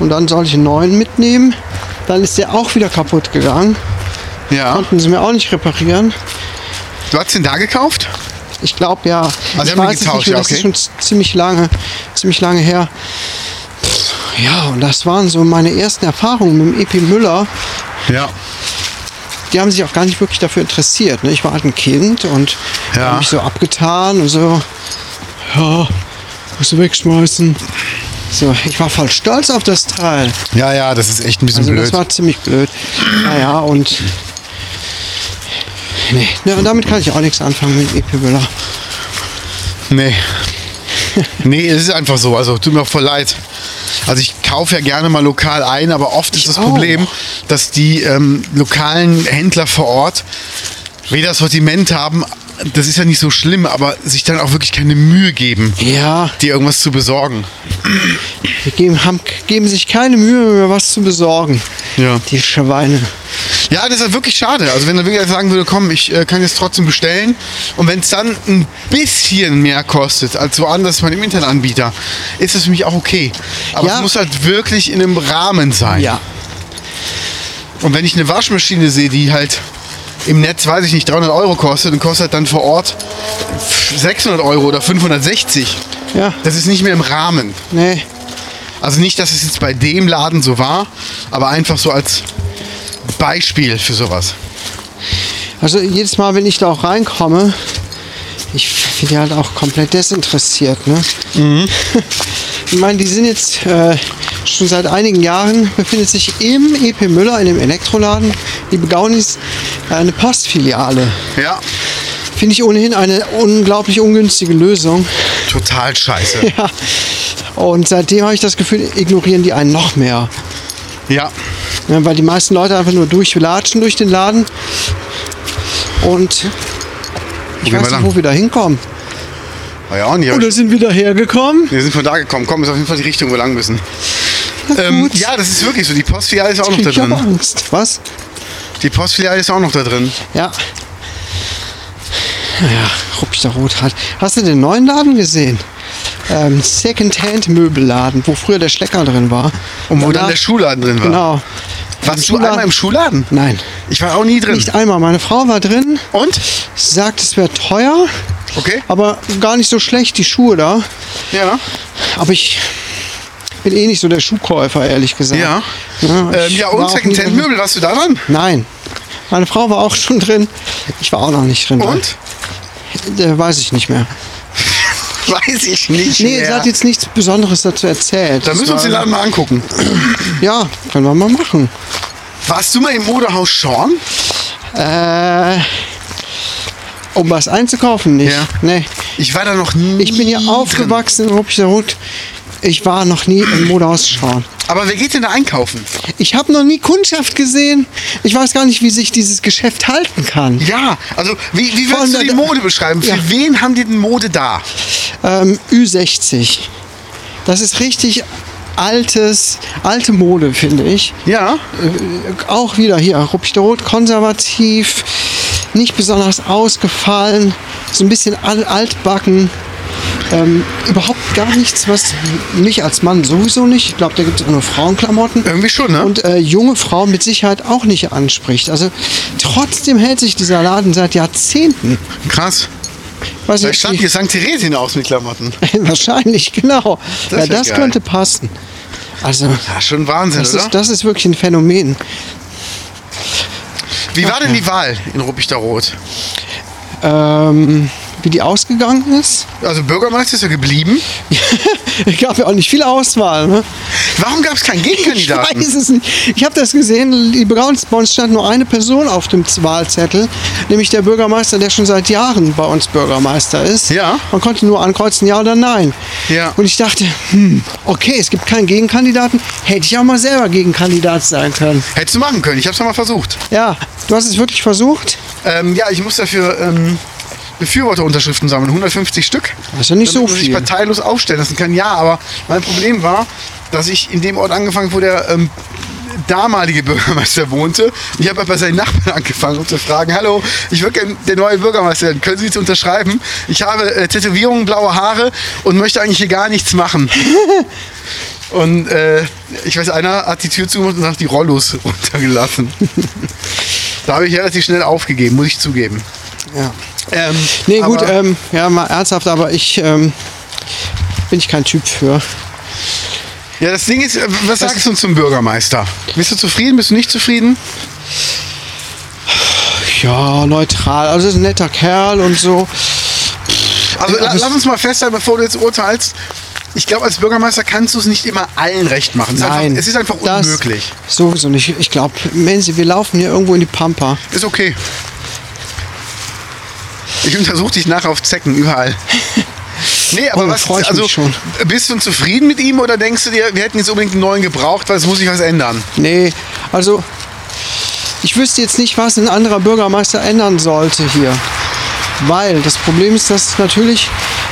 Und dann soll ich einen neuen mitnehmen. Dann ist der auch wieder kaputt gegangen. Ja. Konnten sie mir auch nicht reparieren. Du hast den da gekauft? Ich glaube ja. sie ich Also haben ihn es getauscht, mehr, ja, das ist okay. schon z- ziemlich lange, ziemlich lange her. Ja, und das waren so meine ersten Erfahrungen mit dem EP Müller. Ja. Die haben sich auch gar nicht wirklich dafür interessiert. Ne? Ich war halt ein Kind und Ja. habe mich so abgetan und so, ja, musst du wegschmeißen. So, ich war voll stolz auf das Teil. Ja, ja, das ist echt ein bisschen Also blöd. das war ziemlich blöd. Naja, und. Nee, ne, und damit kann ich auch nichts anfangen mit EP Müller. Nee. nee, es ist einfach so. Also tut mir auch voll leid. Also ich kaufe ja gerne mal lokal ein, aber oft ist das auch. Problem, dass die ähm, lokalen Händler vor Ort weder Sortiment haben, das ist ja nicht so schlimm, aber sich dann auch wirklich keine Mühe geben, Ja, dir irgendwas zu besorgen. Die geben, haben, geben sich keine Mühe, mir was zu besorgen. Ja. Die Schweine. Ja, das ist halt wirklich schade. Also wenn er wirklich sagen würde, komm, ich äh, kann jetzt trotzdem bestellen und wenn es dann ein bisschen mehr kostet als woanders bei dem Internetanbieter, ist das für mich auch okay. Aber Ja. es muss halt wirklich in einem Rahmen sein. Und wenn ich eine Waschmaschine sehe, die halt im Netz, weiß ich nicht, 300 Euro kostet und kostet dann vor Ort 600 Euro oder 560, Ja, das ist nicht mehr im Rahmen. nee. Also nicht, dass es jetzt bei dem Laden so war, aber einfach so als Beispiel für sowas. Also jedes Mal, wenn ich da auch reinkomme, ich bin ja halt auch komplett desinteressiert. Ne? Ich meine, die sind jetzt äh, schon seit einigen Jahren, befindet sich im EP Müller, in dem Elektroladen, die Begaunis, eine Postfiliale. Ja, Finde ich ohnehin eine unglaublich ungünstige Lösung. total scheiße. Ja. Und seitdem habe ich das Gefühl, ignorieren die einen noch mehr. ja. Ja, weil die meisten Leute einfach nur durchlatschen durch den Laden. Und ich gehen wir weiß nicht, lang? wo wir da hinkommen. War ja auch nicht. aber Oder sind wir da hergekommen? Wir sind von da gekommen. Komm, ist auf jeden Fall die Richtung, wo wir lang müssen. Ähm, gut. ja, das ist wirklich so. Die Postfiliale ist auch noch Krieg da ich aber drin. Angst. Was? Die Postfiliale ist auch noch da drin. Ja. Naja, ruppig der Rot hat. Hast du den neuen Laden gesehen? Ähm, Second-Hand-Möbelladen, wo früher der Schlecker drin war. Und wo Danach- dann der Schuhladen drin war. Genau. Warst du Schuhladen- einmal im Schuhladen? Nein. Ich war auch nie drin. Nicht einmal. Meine Frau war drin. Und? Sie sagt, es wäre teuer. Okay. Aber gar nicht so schlecht, die Schuhe da. Ja. Aber ich bin eh nicht so der Schuhkäufer, ehrlich gesagt. Ja. ich Ähm, ja, war und auch nie Secondhand drin. Möbel, warst du da dran? Nein. Meine Frau war auch schon drin. Ich war auch noch nicht drin. Und? Äh, weiß ich nicht mehr. Weiß ich nicht. Nee, sie hat jetzt nichts Besonderes dazu erzählt. Da müssen wir uns den Laden mal angucken. Ja, können wir mal machen. Warst du mal im Modehaus Schorn? Äh, um was einzukaufen, nicht? Ja. Nee. Ich war da noch nie. Ich bin hier drin. aufgewachsen in Ruppicherhut. Ich war noch nie im Modehaus schauen. Aber wer geht denn da einkaufen? Ich habe noch nie Kundschaft gesehen. Ich weiß gar nicht, wie sich dieses Geschäft halten kann. Ja, also wie, wie Vor allem würdest du da- die Mode beschreiben? Ja. Für wen haben die denn Mode da? Ähm, Ü60. Das ist richtig altes, alte Mode, finde ich. Ja. Äh, auch wieder hier, rot, konservativ, nicht besonders ausgefallen, so ein bisschen al- altbacken. Ähm, überhaupt gar nichts, was mich als Mann sowieso nicht, ich glaube, da gibt es auch nur Frauenklamotten. Irgendwie schon, ne? Und äh, junge Frauen mit Sicherheit auch nicht anspricht. Also trotzdem hält sich dieser Laden seit Jahrzehnten. Krass. Weiß Da nicht, ob stand die- hier St. Theresien aus mit Klamotten. Wahrscheinlich, genau. Das ja, ist das geil. könnte passen. Also, Ja, schon Wahnsinn, das oder? ist, das ist wirklich ein Phänomen. Wie war denn die Wahl in Ruppichter Rot? Ähm, wie die ausgegangen ist. Also Bürgermeister ist ja geblieben. Es gab ja auch nicht viel Auswahl. Ne? Warum gab es keinen Ich Gegenkandidaten? weiß es nicht. Ich habe das gesehen, die Browns, bei uns stand nur eine Person auf dem Z- Wahlzettel, nämlich der Bürgermeister, der schon seit Jahren bei uns Bürgermeister ist. Ja. Man konnte nur ankreuzen, ja oder nein. Ja. Und ich dachte, hm, okay, es gibt keinen Gegenkandidaten, hätte ich auch mal selber Gegenkandidat sein können. Hättest du machen können, ich hab's nochmal versucht. Ja, du hast es wirklich versucht? Ähm, ja, ich muss dafür ähm, Befürworterunterschriften sammeln, 150 Stück. Das ist ja nicht so damit man sich viel. parteilos aufstellen lassen kann. Ja, aber mein Problem war, dass ich in dem Ort angefangen, wo der ähm, damalige Bürgermeister wohnte. Ich habe bei seinen Nachbarn angefangen, um zu fragen, hallo, ich würde gerne der neue Bürgermeister werden. Können Sie jetzt unterschreiben? Ich habe äh, Tätowierungen, blaue Haare und möchte eigentlich hier gar nichts machen. Und äh, ich weiß, einer hat die Tür zugemacht und hat die Rollos runtergelassen. da habe ich relativ schnell aufgegeben, muss ich zugeben. Ja. Ähm, Nee, gut, aber- ähm, ja, mal ernsthaft, aber ich ähm, bin ich kein Typ für. Ja, das Ding ist, äh, was sagst du zum Bürgermeister? Bist du zufrieden? Bist du nicht zufrieden? Ja, neutral. Also ist ein netter Kerl und so. Also la, Also- lass uns mal festhalten, bevor du jetzt urteilst. Ich glaube, als Bürgermeister kannst du es nicht immer allen recht machen. Es ist Nein. Einfach, es ist einfach das unmöglich. Sowieso nicht. Ich glaube, Menzi, wir laufen hier irgendwo in die Pampa. Ist okay. Ich untersuche dich nachher auf Zecken überall. Nee, aber Oh, da was freu ich also mich schon. bist du zufrieden mit ihm oder denkst du dir, wir hätten jetzt unbedingt einen neuen gebraucht, weil es muss sich was ändern? Nee, also ich wüsste jetzt nicht, was ein anderer Bürgermeister ändern sollte hier. Weil das Problem ist, dass natürlich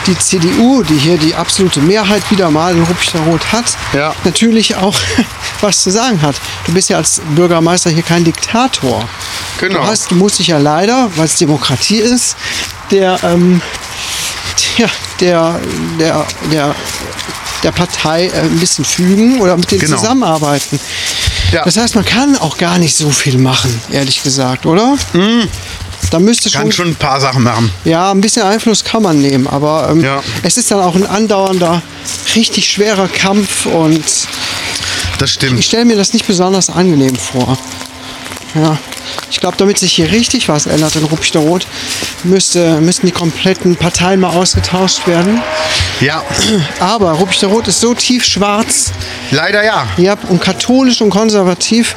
die CDU, die hier die absolute Mehrheit wieder mal in Ruppichterroth hat, Ja. natürlich auch was zu sagen hat. Du bist ja als Bürgermeister hier kein Diktator. Genau. Du, hast, du musst dich ja leider, weil es Demokratie ist, der, ähm, der, der, der, der, der Partei äh, ein bisschen fügen oder mit denen Genau. zusammenarbeiten. Ja. Das heißt, man kann auch gar nicht so viel machen, ehrlich gesagt, oder? Mhm. Da müsste schon, Kann schon ein paar Sachen machen. Ja, ein bisschen Einfluss kann man nehmen, aber ähm, Ja. es ist dann auch ein andauernder, richtig schwerer Kampf und Das ich stimmt. stelle mir das nicht besonders angenehm vor. Ja. Ich glaube, damit sich hier richtig was ändert in Ruppichterroth, müsste, müssten die kompletten Parteien mal ausgetauscht werden. Ja, Aber Ruppichterroth ist so tief schwarz, leider ja. ja, und katholisch und konservativ.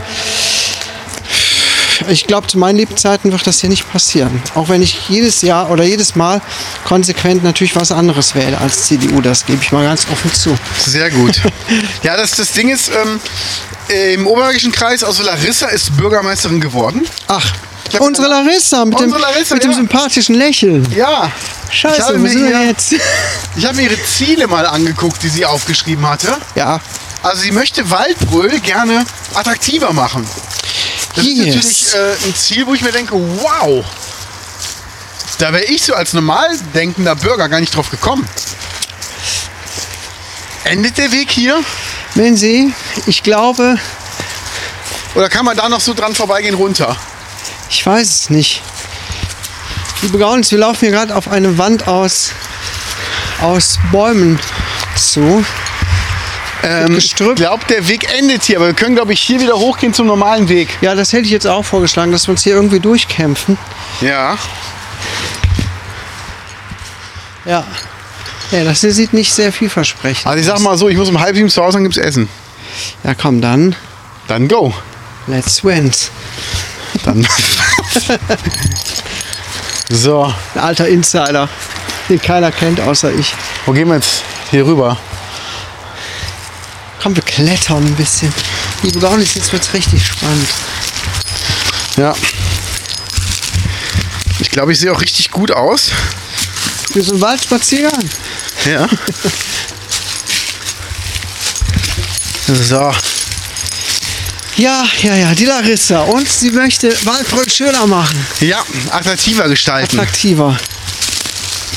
Ich glaube, zu meinen Lebzeiten wird das hier nicht passieren. Auch wenn ich jedes Jahr oder jedes Mal konsequent natürlich was anderes wähle als CDU. Das gebe ich mal ganz offen zu. Sehr gut. ja, das, das Ding ist, ähm, äh, im Oberbergischen Kreis aus Larissa ist Bürgermeisterin geworden. Ach, unsere Larissa mit dem, Unsere Larissa, mit dem ja. sympathischen Lächeln. Ja. ich Scheiße, habe wo mir, sind wir ihr- jetzt? Ich habe mir ihre Ziele mal angeguckt, die sie aufgeschrieben hatte. Ja, Also sie möchte Waldbröl gerne attraktiver machen. Das Yes. ist natürlich äh, ein Ziel, wo ich mir denke, wow. Da wäre ich so als normal denkender Bürger gar nicht drauf gekommen. Endet der Weg hier? wenn Sie, ich glaube, Oder kann man da noch so dran vorbeigehen runter? ich weiß es nicht. Liebe Gaunis, wir laufen hier gerade auf eine Wand aus, aus Bäumen zu. Ähm, Gestrüpp. Ich glaube, der Weg endet hier, aber wir können, glaube ich, hier wieder hochgehen zum normalen Weg. Ja, das hätte ich jetzt auch vorgeschlagen, dass wir uns hier irgendwie durchkämpfen. Ja. Ja. Ja, das hier sieht nicht sehr vielversprechend Also ich sag mal so, ich muss um halb sieben zu Hause, dann gibt's Essen. aus. Ja, komm, dann. Dann go. Let's win. Dann. so, Ein alter Insider, den keiner kennt außer ich. wo gehen wir jetzt? Hier rüber. Komm, wir klettern ein bisschen. Liebe Gaunis, jetzt wird's richtig spannend. Ja. Ich glaube, ich sehe auch richtig gut aus. Wir sind Waldspaziergang. Ja. so. Ja, ja, ja, die Larissa. Und sie möchte Waldbrüll schöner machen, Ja, attraktiver gestalten. attraktiver.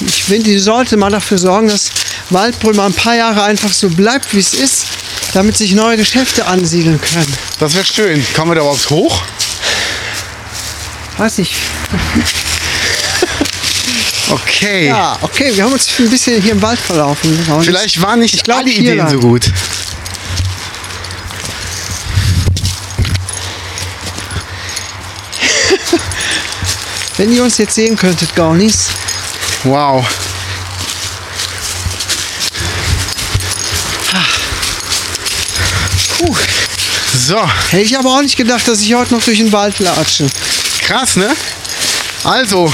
Ich finde, sie sollte mal dafür sorgen, dass Waldbrüll mal ein paar Jahre einfach so bleibt, wie es ist, damit sich neue Geschäfte ansiedeln können. das wäre schön. Kommen wir da überhaupt hoch? Weiß nicht. Okay. Ja, okay, wir haben uns ein bisschen hier im Wald verlaufen. ne? Und Vielleicht waren nicht glaub, alle hier Ideen lang. so gut. Wenn ihr uns jetzt sehen könntet, Gaunis, Wow. Puh. So, Hätte ich aber auch nicht gedacht, dass ich heute noch durch den Wald latsche. krass, ne? Also,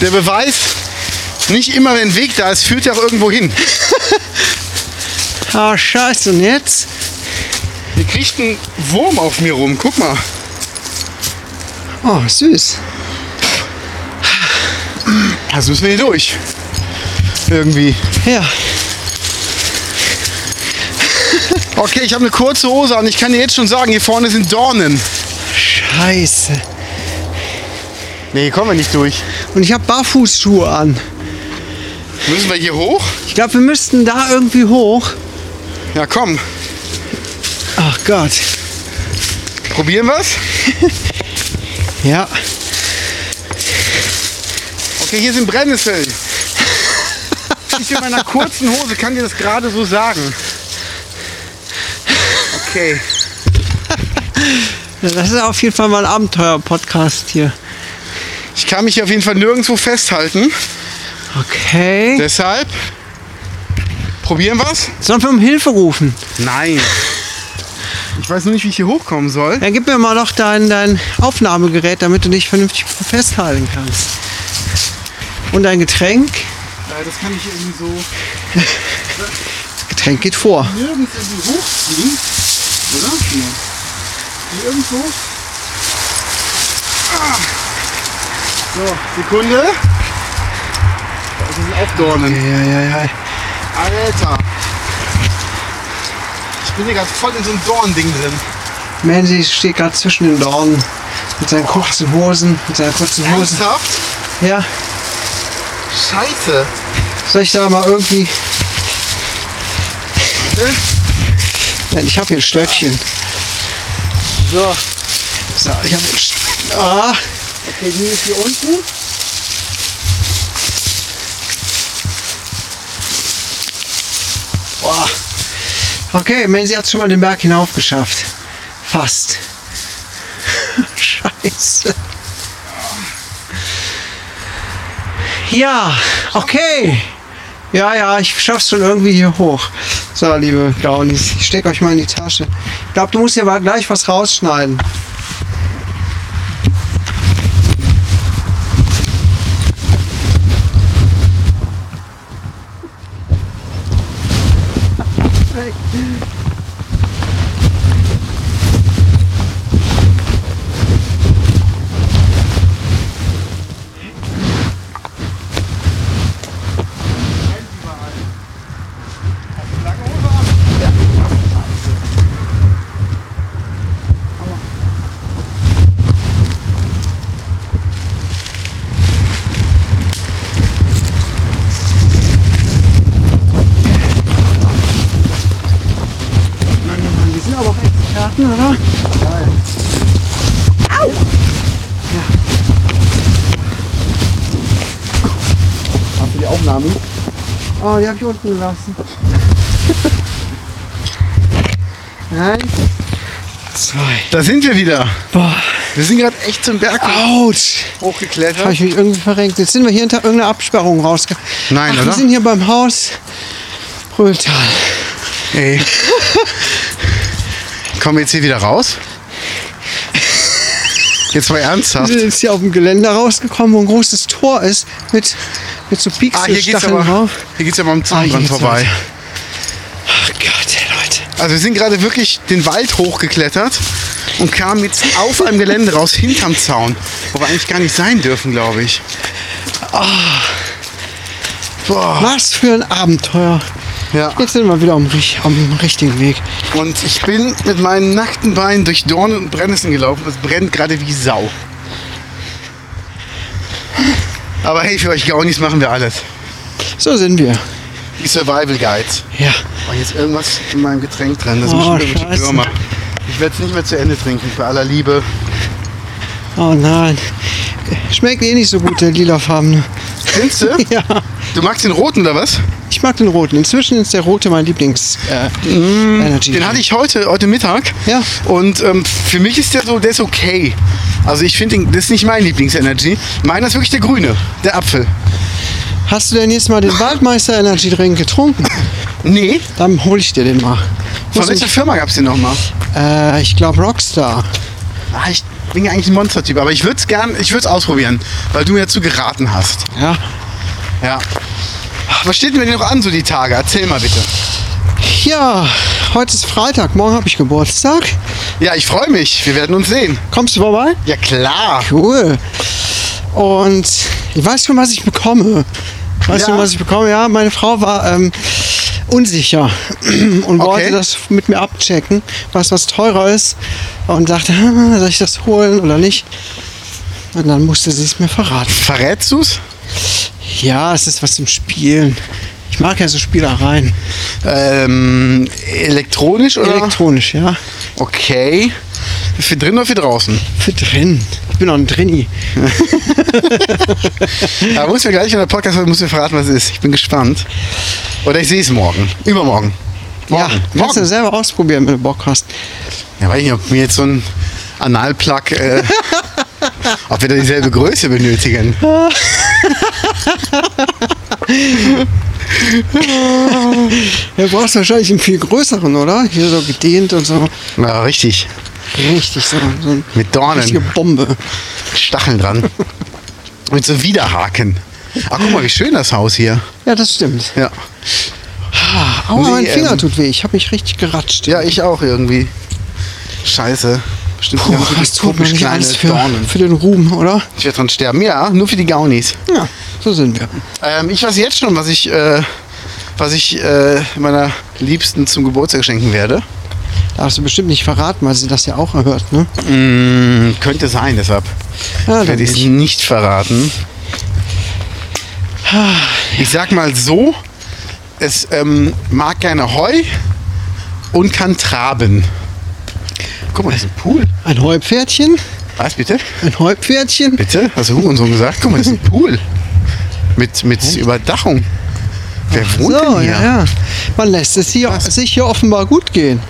der Beweis, nicht immer wenn ein Weg da ist, führt ja auch irgendwo hin. Ah, scheiße, und jetzt? Hier kriecht ein Wurm auf mir rum, guck mal. Oh, süß. Also müssen wir hier durch. Irgendwie. Ja, Okay, ich habe eine kurze Hose an. Ich kann dir jetzt schon sagen, hier vorne sind Dornen. scheiße. Nee, hier kommen wir nicht durch. Und ich habe Barfußschuhe an. Müssen wir hier hoch? Ich glaube, wir müssten da irgendwie hoch. Ja, komm. Ach Gott. Probieren wir's? Ja. Okay, hier sind Brennnesseln. Ich in meiner kurzen Hose kann dir das gerade so sagen. Okay. Das ist auf jeden Fall mal ein Abenteuer-Podcast hier. Ich kann mich hier auf jeden Fall nirgendwo festhalten. Okay. Deshalb. Probieren wir's? Sollen wir um Hilfe rufen? Nein. Ich weiß nur nicht, wie ich hier hochkommen soll. Dann gib mir mal noch dein, dein Aufnahmegerät, damit du dich vernünftig festhalten kannst. Und dein Getränk. Äh, Das kann ich irgendwie so Das Getränk geht vor. nirgends irgendwie hochziehen. Oder? Nee. Hier irgendwo. Ah. So, Sekunde. Da sind auch Dornen. Ja, ja, ja. Alter. Ich bin hier gerade voll in so einem Dornding drin. Mandy steht gerade zwischen den Dornen. Mit seinen kurzen Hosen. Mit seiner kurzen Hose. Ernsthaft? Ja. Scheiße. Soll ich da mal irgendwie. Warte. Ja, ich habe hier ein Stöckchen. So. So, ich habe ein St Ah. Okay, die ist hier unten. Boah. Okay, Mansi hat schon mal den Berg hinauf geschafft. Fast. Scheiße. Ja, okay. Ja, ja, ich schaff's schon irgendwie hier hoch. So, liebe Gaunis, ich steck euch mal in die Tasche. Ich glaube, du musst hier mal gleich was rausschneiden. Wir sind aber auch Experten, oder? Hast du die Aufnahme? Oh, die habe ich unten gelassen. Eins, zwei. Da sind wir wieder. Boah, Wir sind gerade echt zum Berg ouch. hochgeklettert. Habe ich mich irgendwie verrenkt. Jetzt sind wir hier hinter irgendeiner Absperrung rausgekommen. Nein, Ach, oder? Wir sind hier beim Haus Brülltal. Ey. Kommen wir jetzt hier wieder raus? Jetzt mal Wir ernsthaft. sind jetzt hier auf dem Geländer rausgekommen, wo ein großes Tor ist mit, mit so Ah, hier geht's Pixelstacheln aber, hier drauf. geht's aber am Ah, Zaun hier dran geht's vorbei. weiter. Ach Gott, ey, Leute. Also wir sind gerade wirklich den Wald hochgeklettert und kamen jetzt auf einem Gelände raus, hinterm Zaun. Wo wir eigentlich gar nicht sein dürfen, glaube ich. Boah. Was für ein Abenteuer. Oh. Ja. Jetzt sind wir wieder am, richt- am richtigen Weg. Und ich bin mit meinen nackten Beinen durch Dornen und Brennnesseln gelaufen. Es brennt gerade wie Sau. Aber hey, für euch Gaunis machen wir alles. So sind wir. Die Survival Guides. Ja. Oh, jetzt irgendwas in meinem Getränk drin. Das sind Oh, bestimmt irgendwelche scheiße. Würmer. Ich werde es nicht mehr zu Ende trinken, bei aller Liebe. Oh nein. Schmeckt eh nicht so gut, der lilafarbene. Findest du? Ja. Du magst den roten oder was? Ich mag den roten. Inzwischen ist der rote mein Lieblings äh, Energy. Mm, Den hatte ich heute, heute Mittag. Ja. Und ähm, für mich ist der so, der ist okay. Also ich finde, das ist nicht mein Lieblingsenergy. Meiner ist wirklich der grüne, der Apfel. Hast du denn jetzt mal den Waldmeister Energy Drink getrunken? Nee. Dann hol ich dir den mal. Von welcher Firma gab es den nochmal? Äh, ich glaube Rockstar. Ah, ich bin ja eigentlich ein Monstertyp, aber ich würde es gern, ich würde es ausprobieren, weil du mir dazu geraten hast. Ja. Ja. Ach, Was steht denn bei dir noch an, so die Tage? Erzähl mal bitte. Ja, heute ist Freitag, morgen habe ich Geburtstag. Ja, ich freue mich. Wir werden uns sehen. Kommst du vorbei? Ja, klar. Cool. Und ich weiß schon, was ich bekomme. Weißt Ja. du, was ich bekomme? Ja, meine Frau war ähm, unsicher und wollte das mit mir abchecken, was was teurer ist. Und sagte, "Hm, soll ich das holen oder nicht? Und dann musste sie es mir verraten. Verrätst du's? Ja, es ist was zum Spielen. Ich mag ja so Spielereien. Ähm, elektronisch oder? Elektronisch, ja. okay. Für drin oder für draußen? Für drin. Ich bin auch ein Drini. Da muss mir gleich in der Podcast muss mir verraten, was es ist. Ich bin gespannt. Oder ich sehe es morgen. Übermorgen. Ja, Morgen. kannst du morgen. selber ausprobieren, wenn du Bock hast. Ja, weiß nicht, ob mir jetzt so ein Analplug, äh, ob wir da dieselbe Größe benötigen. Ja, Du brauchst wahrscheinlich einen viel größeren, oder? Hier so gedehnt und so. Na, richtig. Richtig, so, so eine Mit Dornen. richtige Bombe. Stacheln dran. Mit so Widerhaken. Ach, guck mal, wie schön das Haus hier. Ja, das stimmt. Ja. Ah, aua, Nee, mein Finger ähm, tut weh. Ich habe mich richtig geratscht. Ja, ich auch irgendwie. Scheiße. Bestimmt Puh, ganz was tut man komisch nicht kleine alles für, Dornen. für den Ruhm, oder? Ich werde dran sterben. Ja, nur für die Gaunis. Ja, so sind wir. Ähm, ich weiß jetzt schon, was ich, äh, was ich äh, meiner Liebsten zum Geburtstag schenken werde. Darfst du bestimmt nicht verraten, weil sie das ja auch hört, ne? Mm, könnte sein, deshalb Ja, dann werde ich es nicht. nicht verraten. Ich sag mal so, es ähm, mag gerne Heu und kann traben. Guck mal, das ist ein Pool. Ein Heupferdchen, Was bitte? ein Heupferdchen. Bitte? Hast du Hurensohn gesagt? Guck mal, das ist ein Pool. Mit, mit Überdachung. Wer wohnt so, denn hier? ja, ja. Man lässt es hier, sich hier offenbar gut gehen.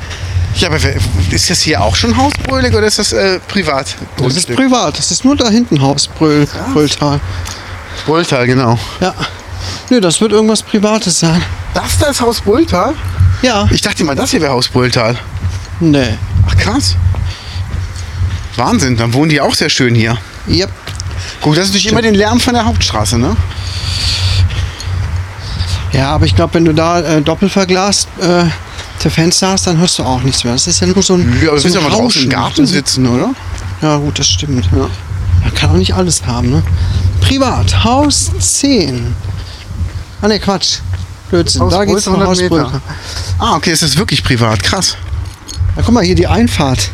Ja, aber wer, ist das hier auch schon Hausbrölig oder ist das äh, privat? Das ist privat, das ist nur da hinten Hausbrüll, Brülltal. Brülltal, genau. Ja. Nö, das wird irgendwas Privates sein. Das da ist Haus Brülltal? Ja. Ich dachte mal, das hier wäre Haus Brülltal. Nee. Ach krass. Wahnsinn, dann wohnen die auch sehr schön hier. Yep. Gut, das ist natürlich immer den Lärm von der Hauptstraße, ne? Ja, aber ich glaube, wenn du da äh, doppelverglast äh, der Fenster hast, dann hörst du auch nichts mehr. Das ist ja nur so ein. Ja, aber so wir ein müssen ja mal draußen Rauschen. im Garten sitzen, oder? Ja, gut, das stimmt. Ja. Man kann auch nicht alles haben, ne? Privat, Haus 10. Ah, ne, Quatsch. Blödsinn. da geht's nach Hausbrüll. Ah, okay, es ist wirklich privat, krass. Ja, guck mal, hier die Einfahrt.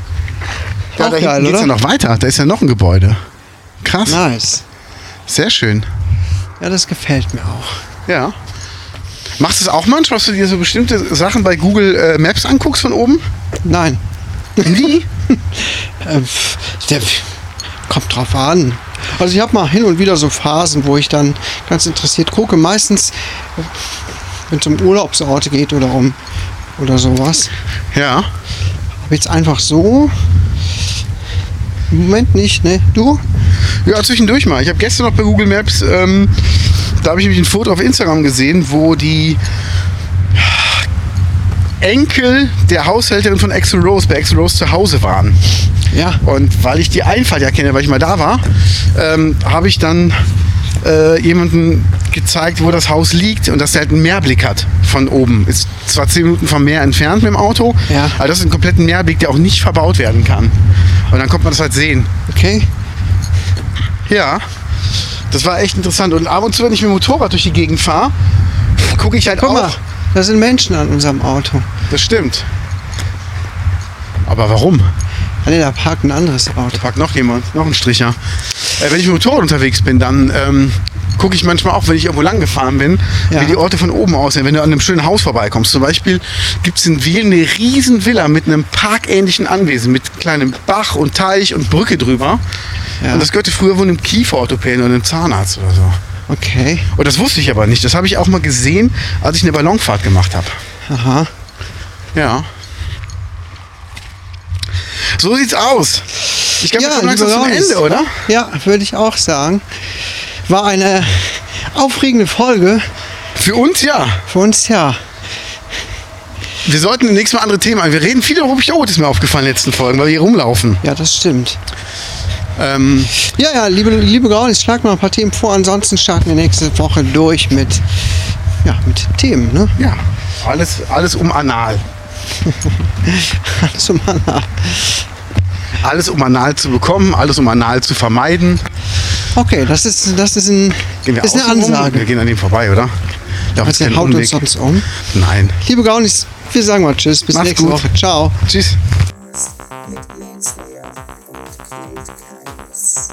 Ja, auch da hinten geil, geht's oder? ja noch weiter. Da ist ja noch ein Gebäude. Krass. Nice. Sehr schön. Ja, das gefällt mir auch. Ja. Machst du es auch manchmal, dass du dir so bestimmte Sachen bei Google äh, Maps anguckst von oben? Nein. Wie? Äh, der kommt drauf an. Also ich habe mal hin und wieder so Phasen, wo ich dann ganz interessiert gucke. Meistens, äh, wenn es um Urlaubsorte geht oder um oder sowas. ja. Aber jetzt einfach so. Im Moment nicht, ne? Du? Ja, zwischendurch mal. Ich habe gestern noch bei Google Maps, ähm, da habe ich nämlich ein Foto auf Instagram gesehen, wo die Enkel der Haushälterin von Axel Rose bei Axel Rose zu Hause waren. Ja. Und weil ich die Einfahrt ja kenne, weil ich mal da war, ähm, habe ich dann äh, jemanden gezeigt, wo das Haus liegt und dass er halt einen Meerblick hat von oben. Ist zwar 10 Minuten vom Meer entfernt mit dem Auto, Ja. aber das ist ein kompletten Meerblick, der auch nicht verbaut werden kann. Und dann konnte man das halt sehen. Okay. Ja, das war echt interessant. Und ab und zu, wenn ich mit dem Motorrad durch die Gegend fahre, gucke ich halt Guck auch. mal, da sind Menschen an unserem Auto. Das stimmt. Aber warum? Ah, ne, da parkt ein anderes Auto. Fragt noch jemand, noch ein Stricher. Äh, wenn ich mit dem Motorrad unterwegs bin, dann ähm, gucke ich manchmal auch, wenn ich irgendwo lang gefahren bin, Ja. wie die Orte von oben aussehen. Wenn du an einem schönen Haus vorbeikommst, zum Beispiel gibt es in Wiel eine riesen Villa mit einem parkähnlichen Anwesen, mit kleinem Bach und Teich und Brücke drüber. Ja. Und das gehörte früher wohl einem Kieferorthopäden oder einem Zahnarzt oder so. Okay. Und das wusste ich aber nicht. Das habe ich auch mal gesehen, als ich eine Ballonfahrt gemacht habe. Aha. Ja. So sieht's aus. Ich glaube, wir kommen lieber langsam zum Johannes, Ende, oder? Ja, würde ich auch sagen. War eine aufregende Folge Für uns ja. für uns, ja. Wir sollten nächstes Mal andere Themen ein. Wir reden viel darüber, oh, das ist mir aufgefallen in den letzten Folgen, weil wir hier rumlaufen. Ja, das stimmt. Ähm, Ja, ja, liebe, liebe Gaunis, schlag mal ein paar Themen vor. Ansonsten starten wir nächste Woche durch mit, ja, mit Themen, ne? ja, alles, alles um Anal. Alles um Anna. Alles um Anal zu bekommen, alles um Anal zu vermeiden. Okay, das ist, das ist, ein, Gehen wir ist eine außen rum? Ansage. Wir gehen an Genau, dem vorbei, oder? Darf Also, keinen haut uns Umweg? sonst um. Nein. Liebe Gaunis, wir sagen mal Tschüss, bis Macht's nächste gut. Woche. Ciao. Tschüss. mit Landslayer und Kalt Keines.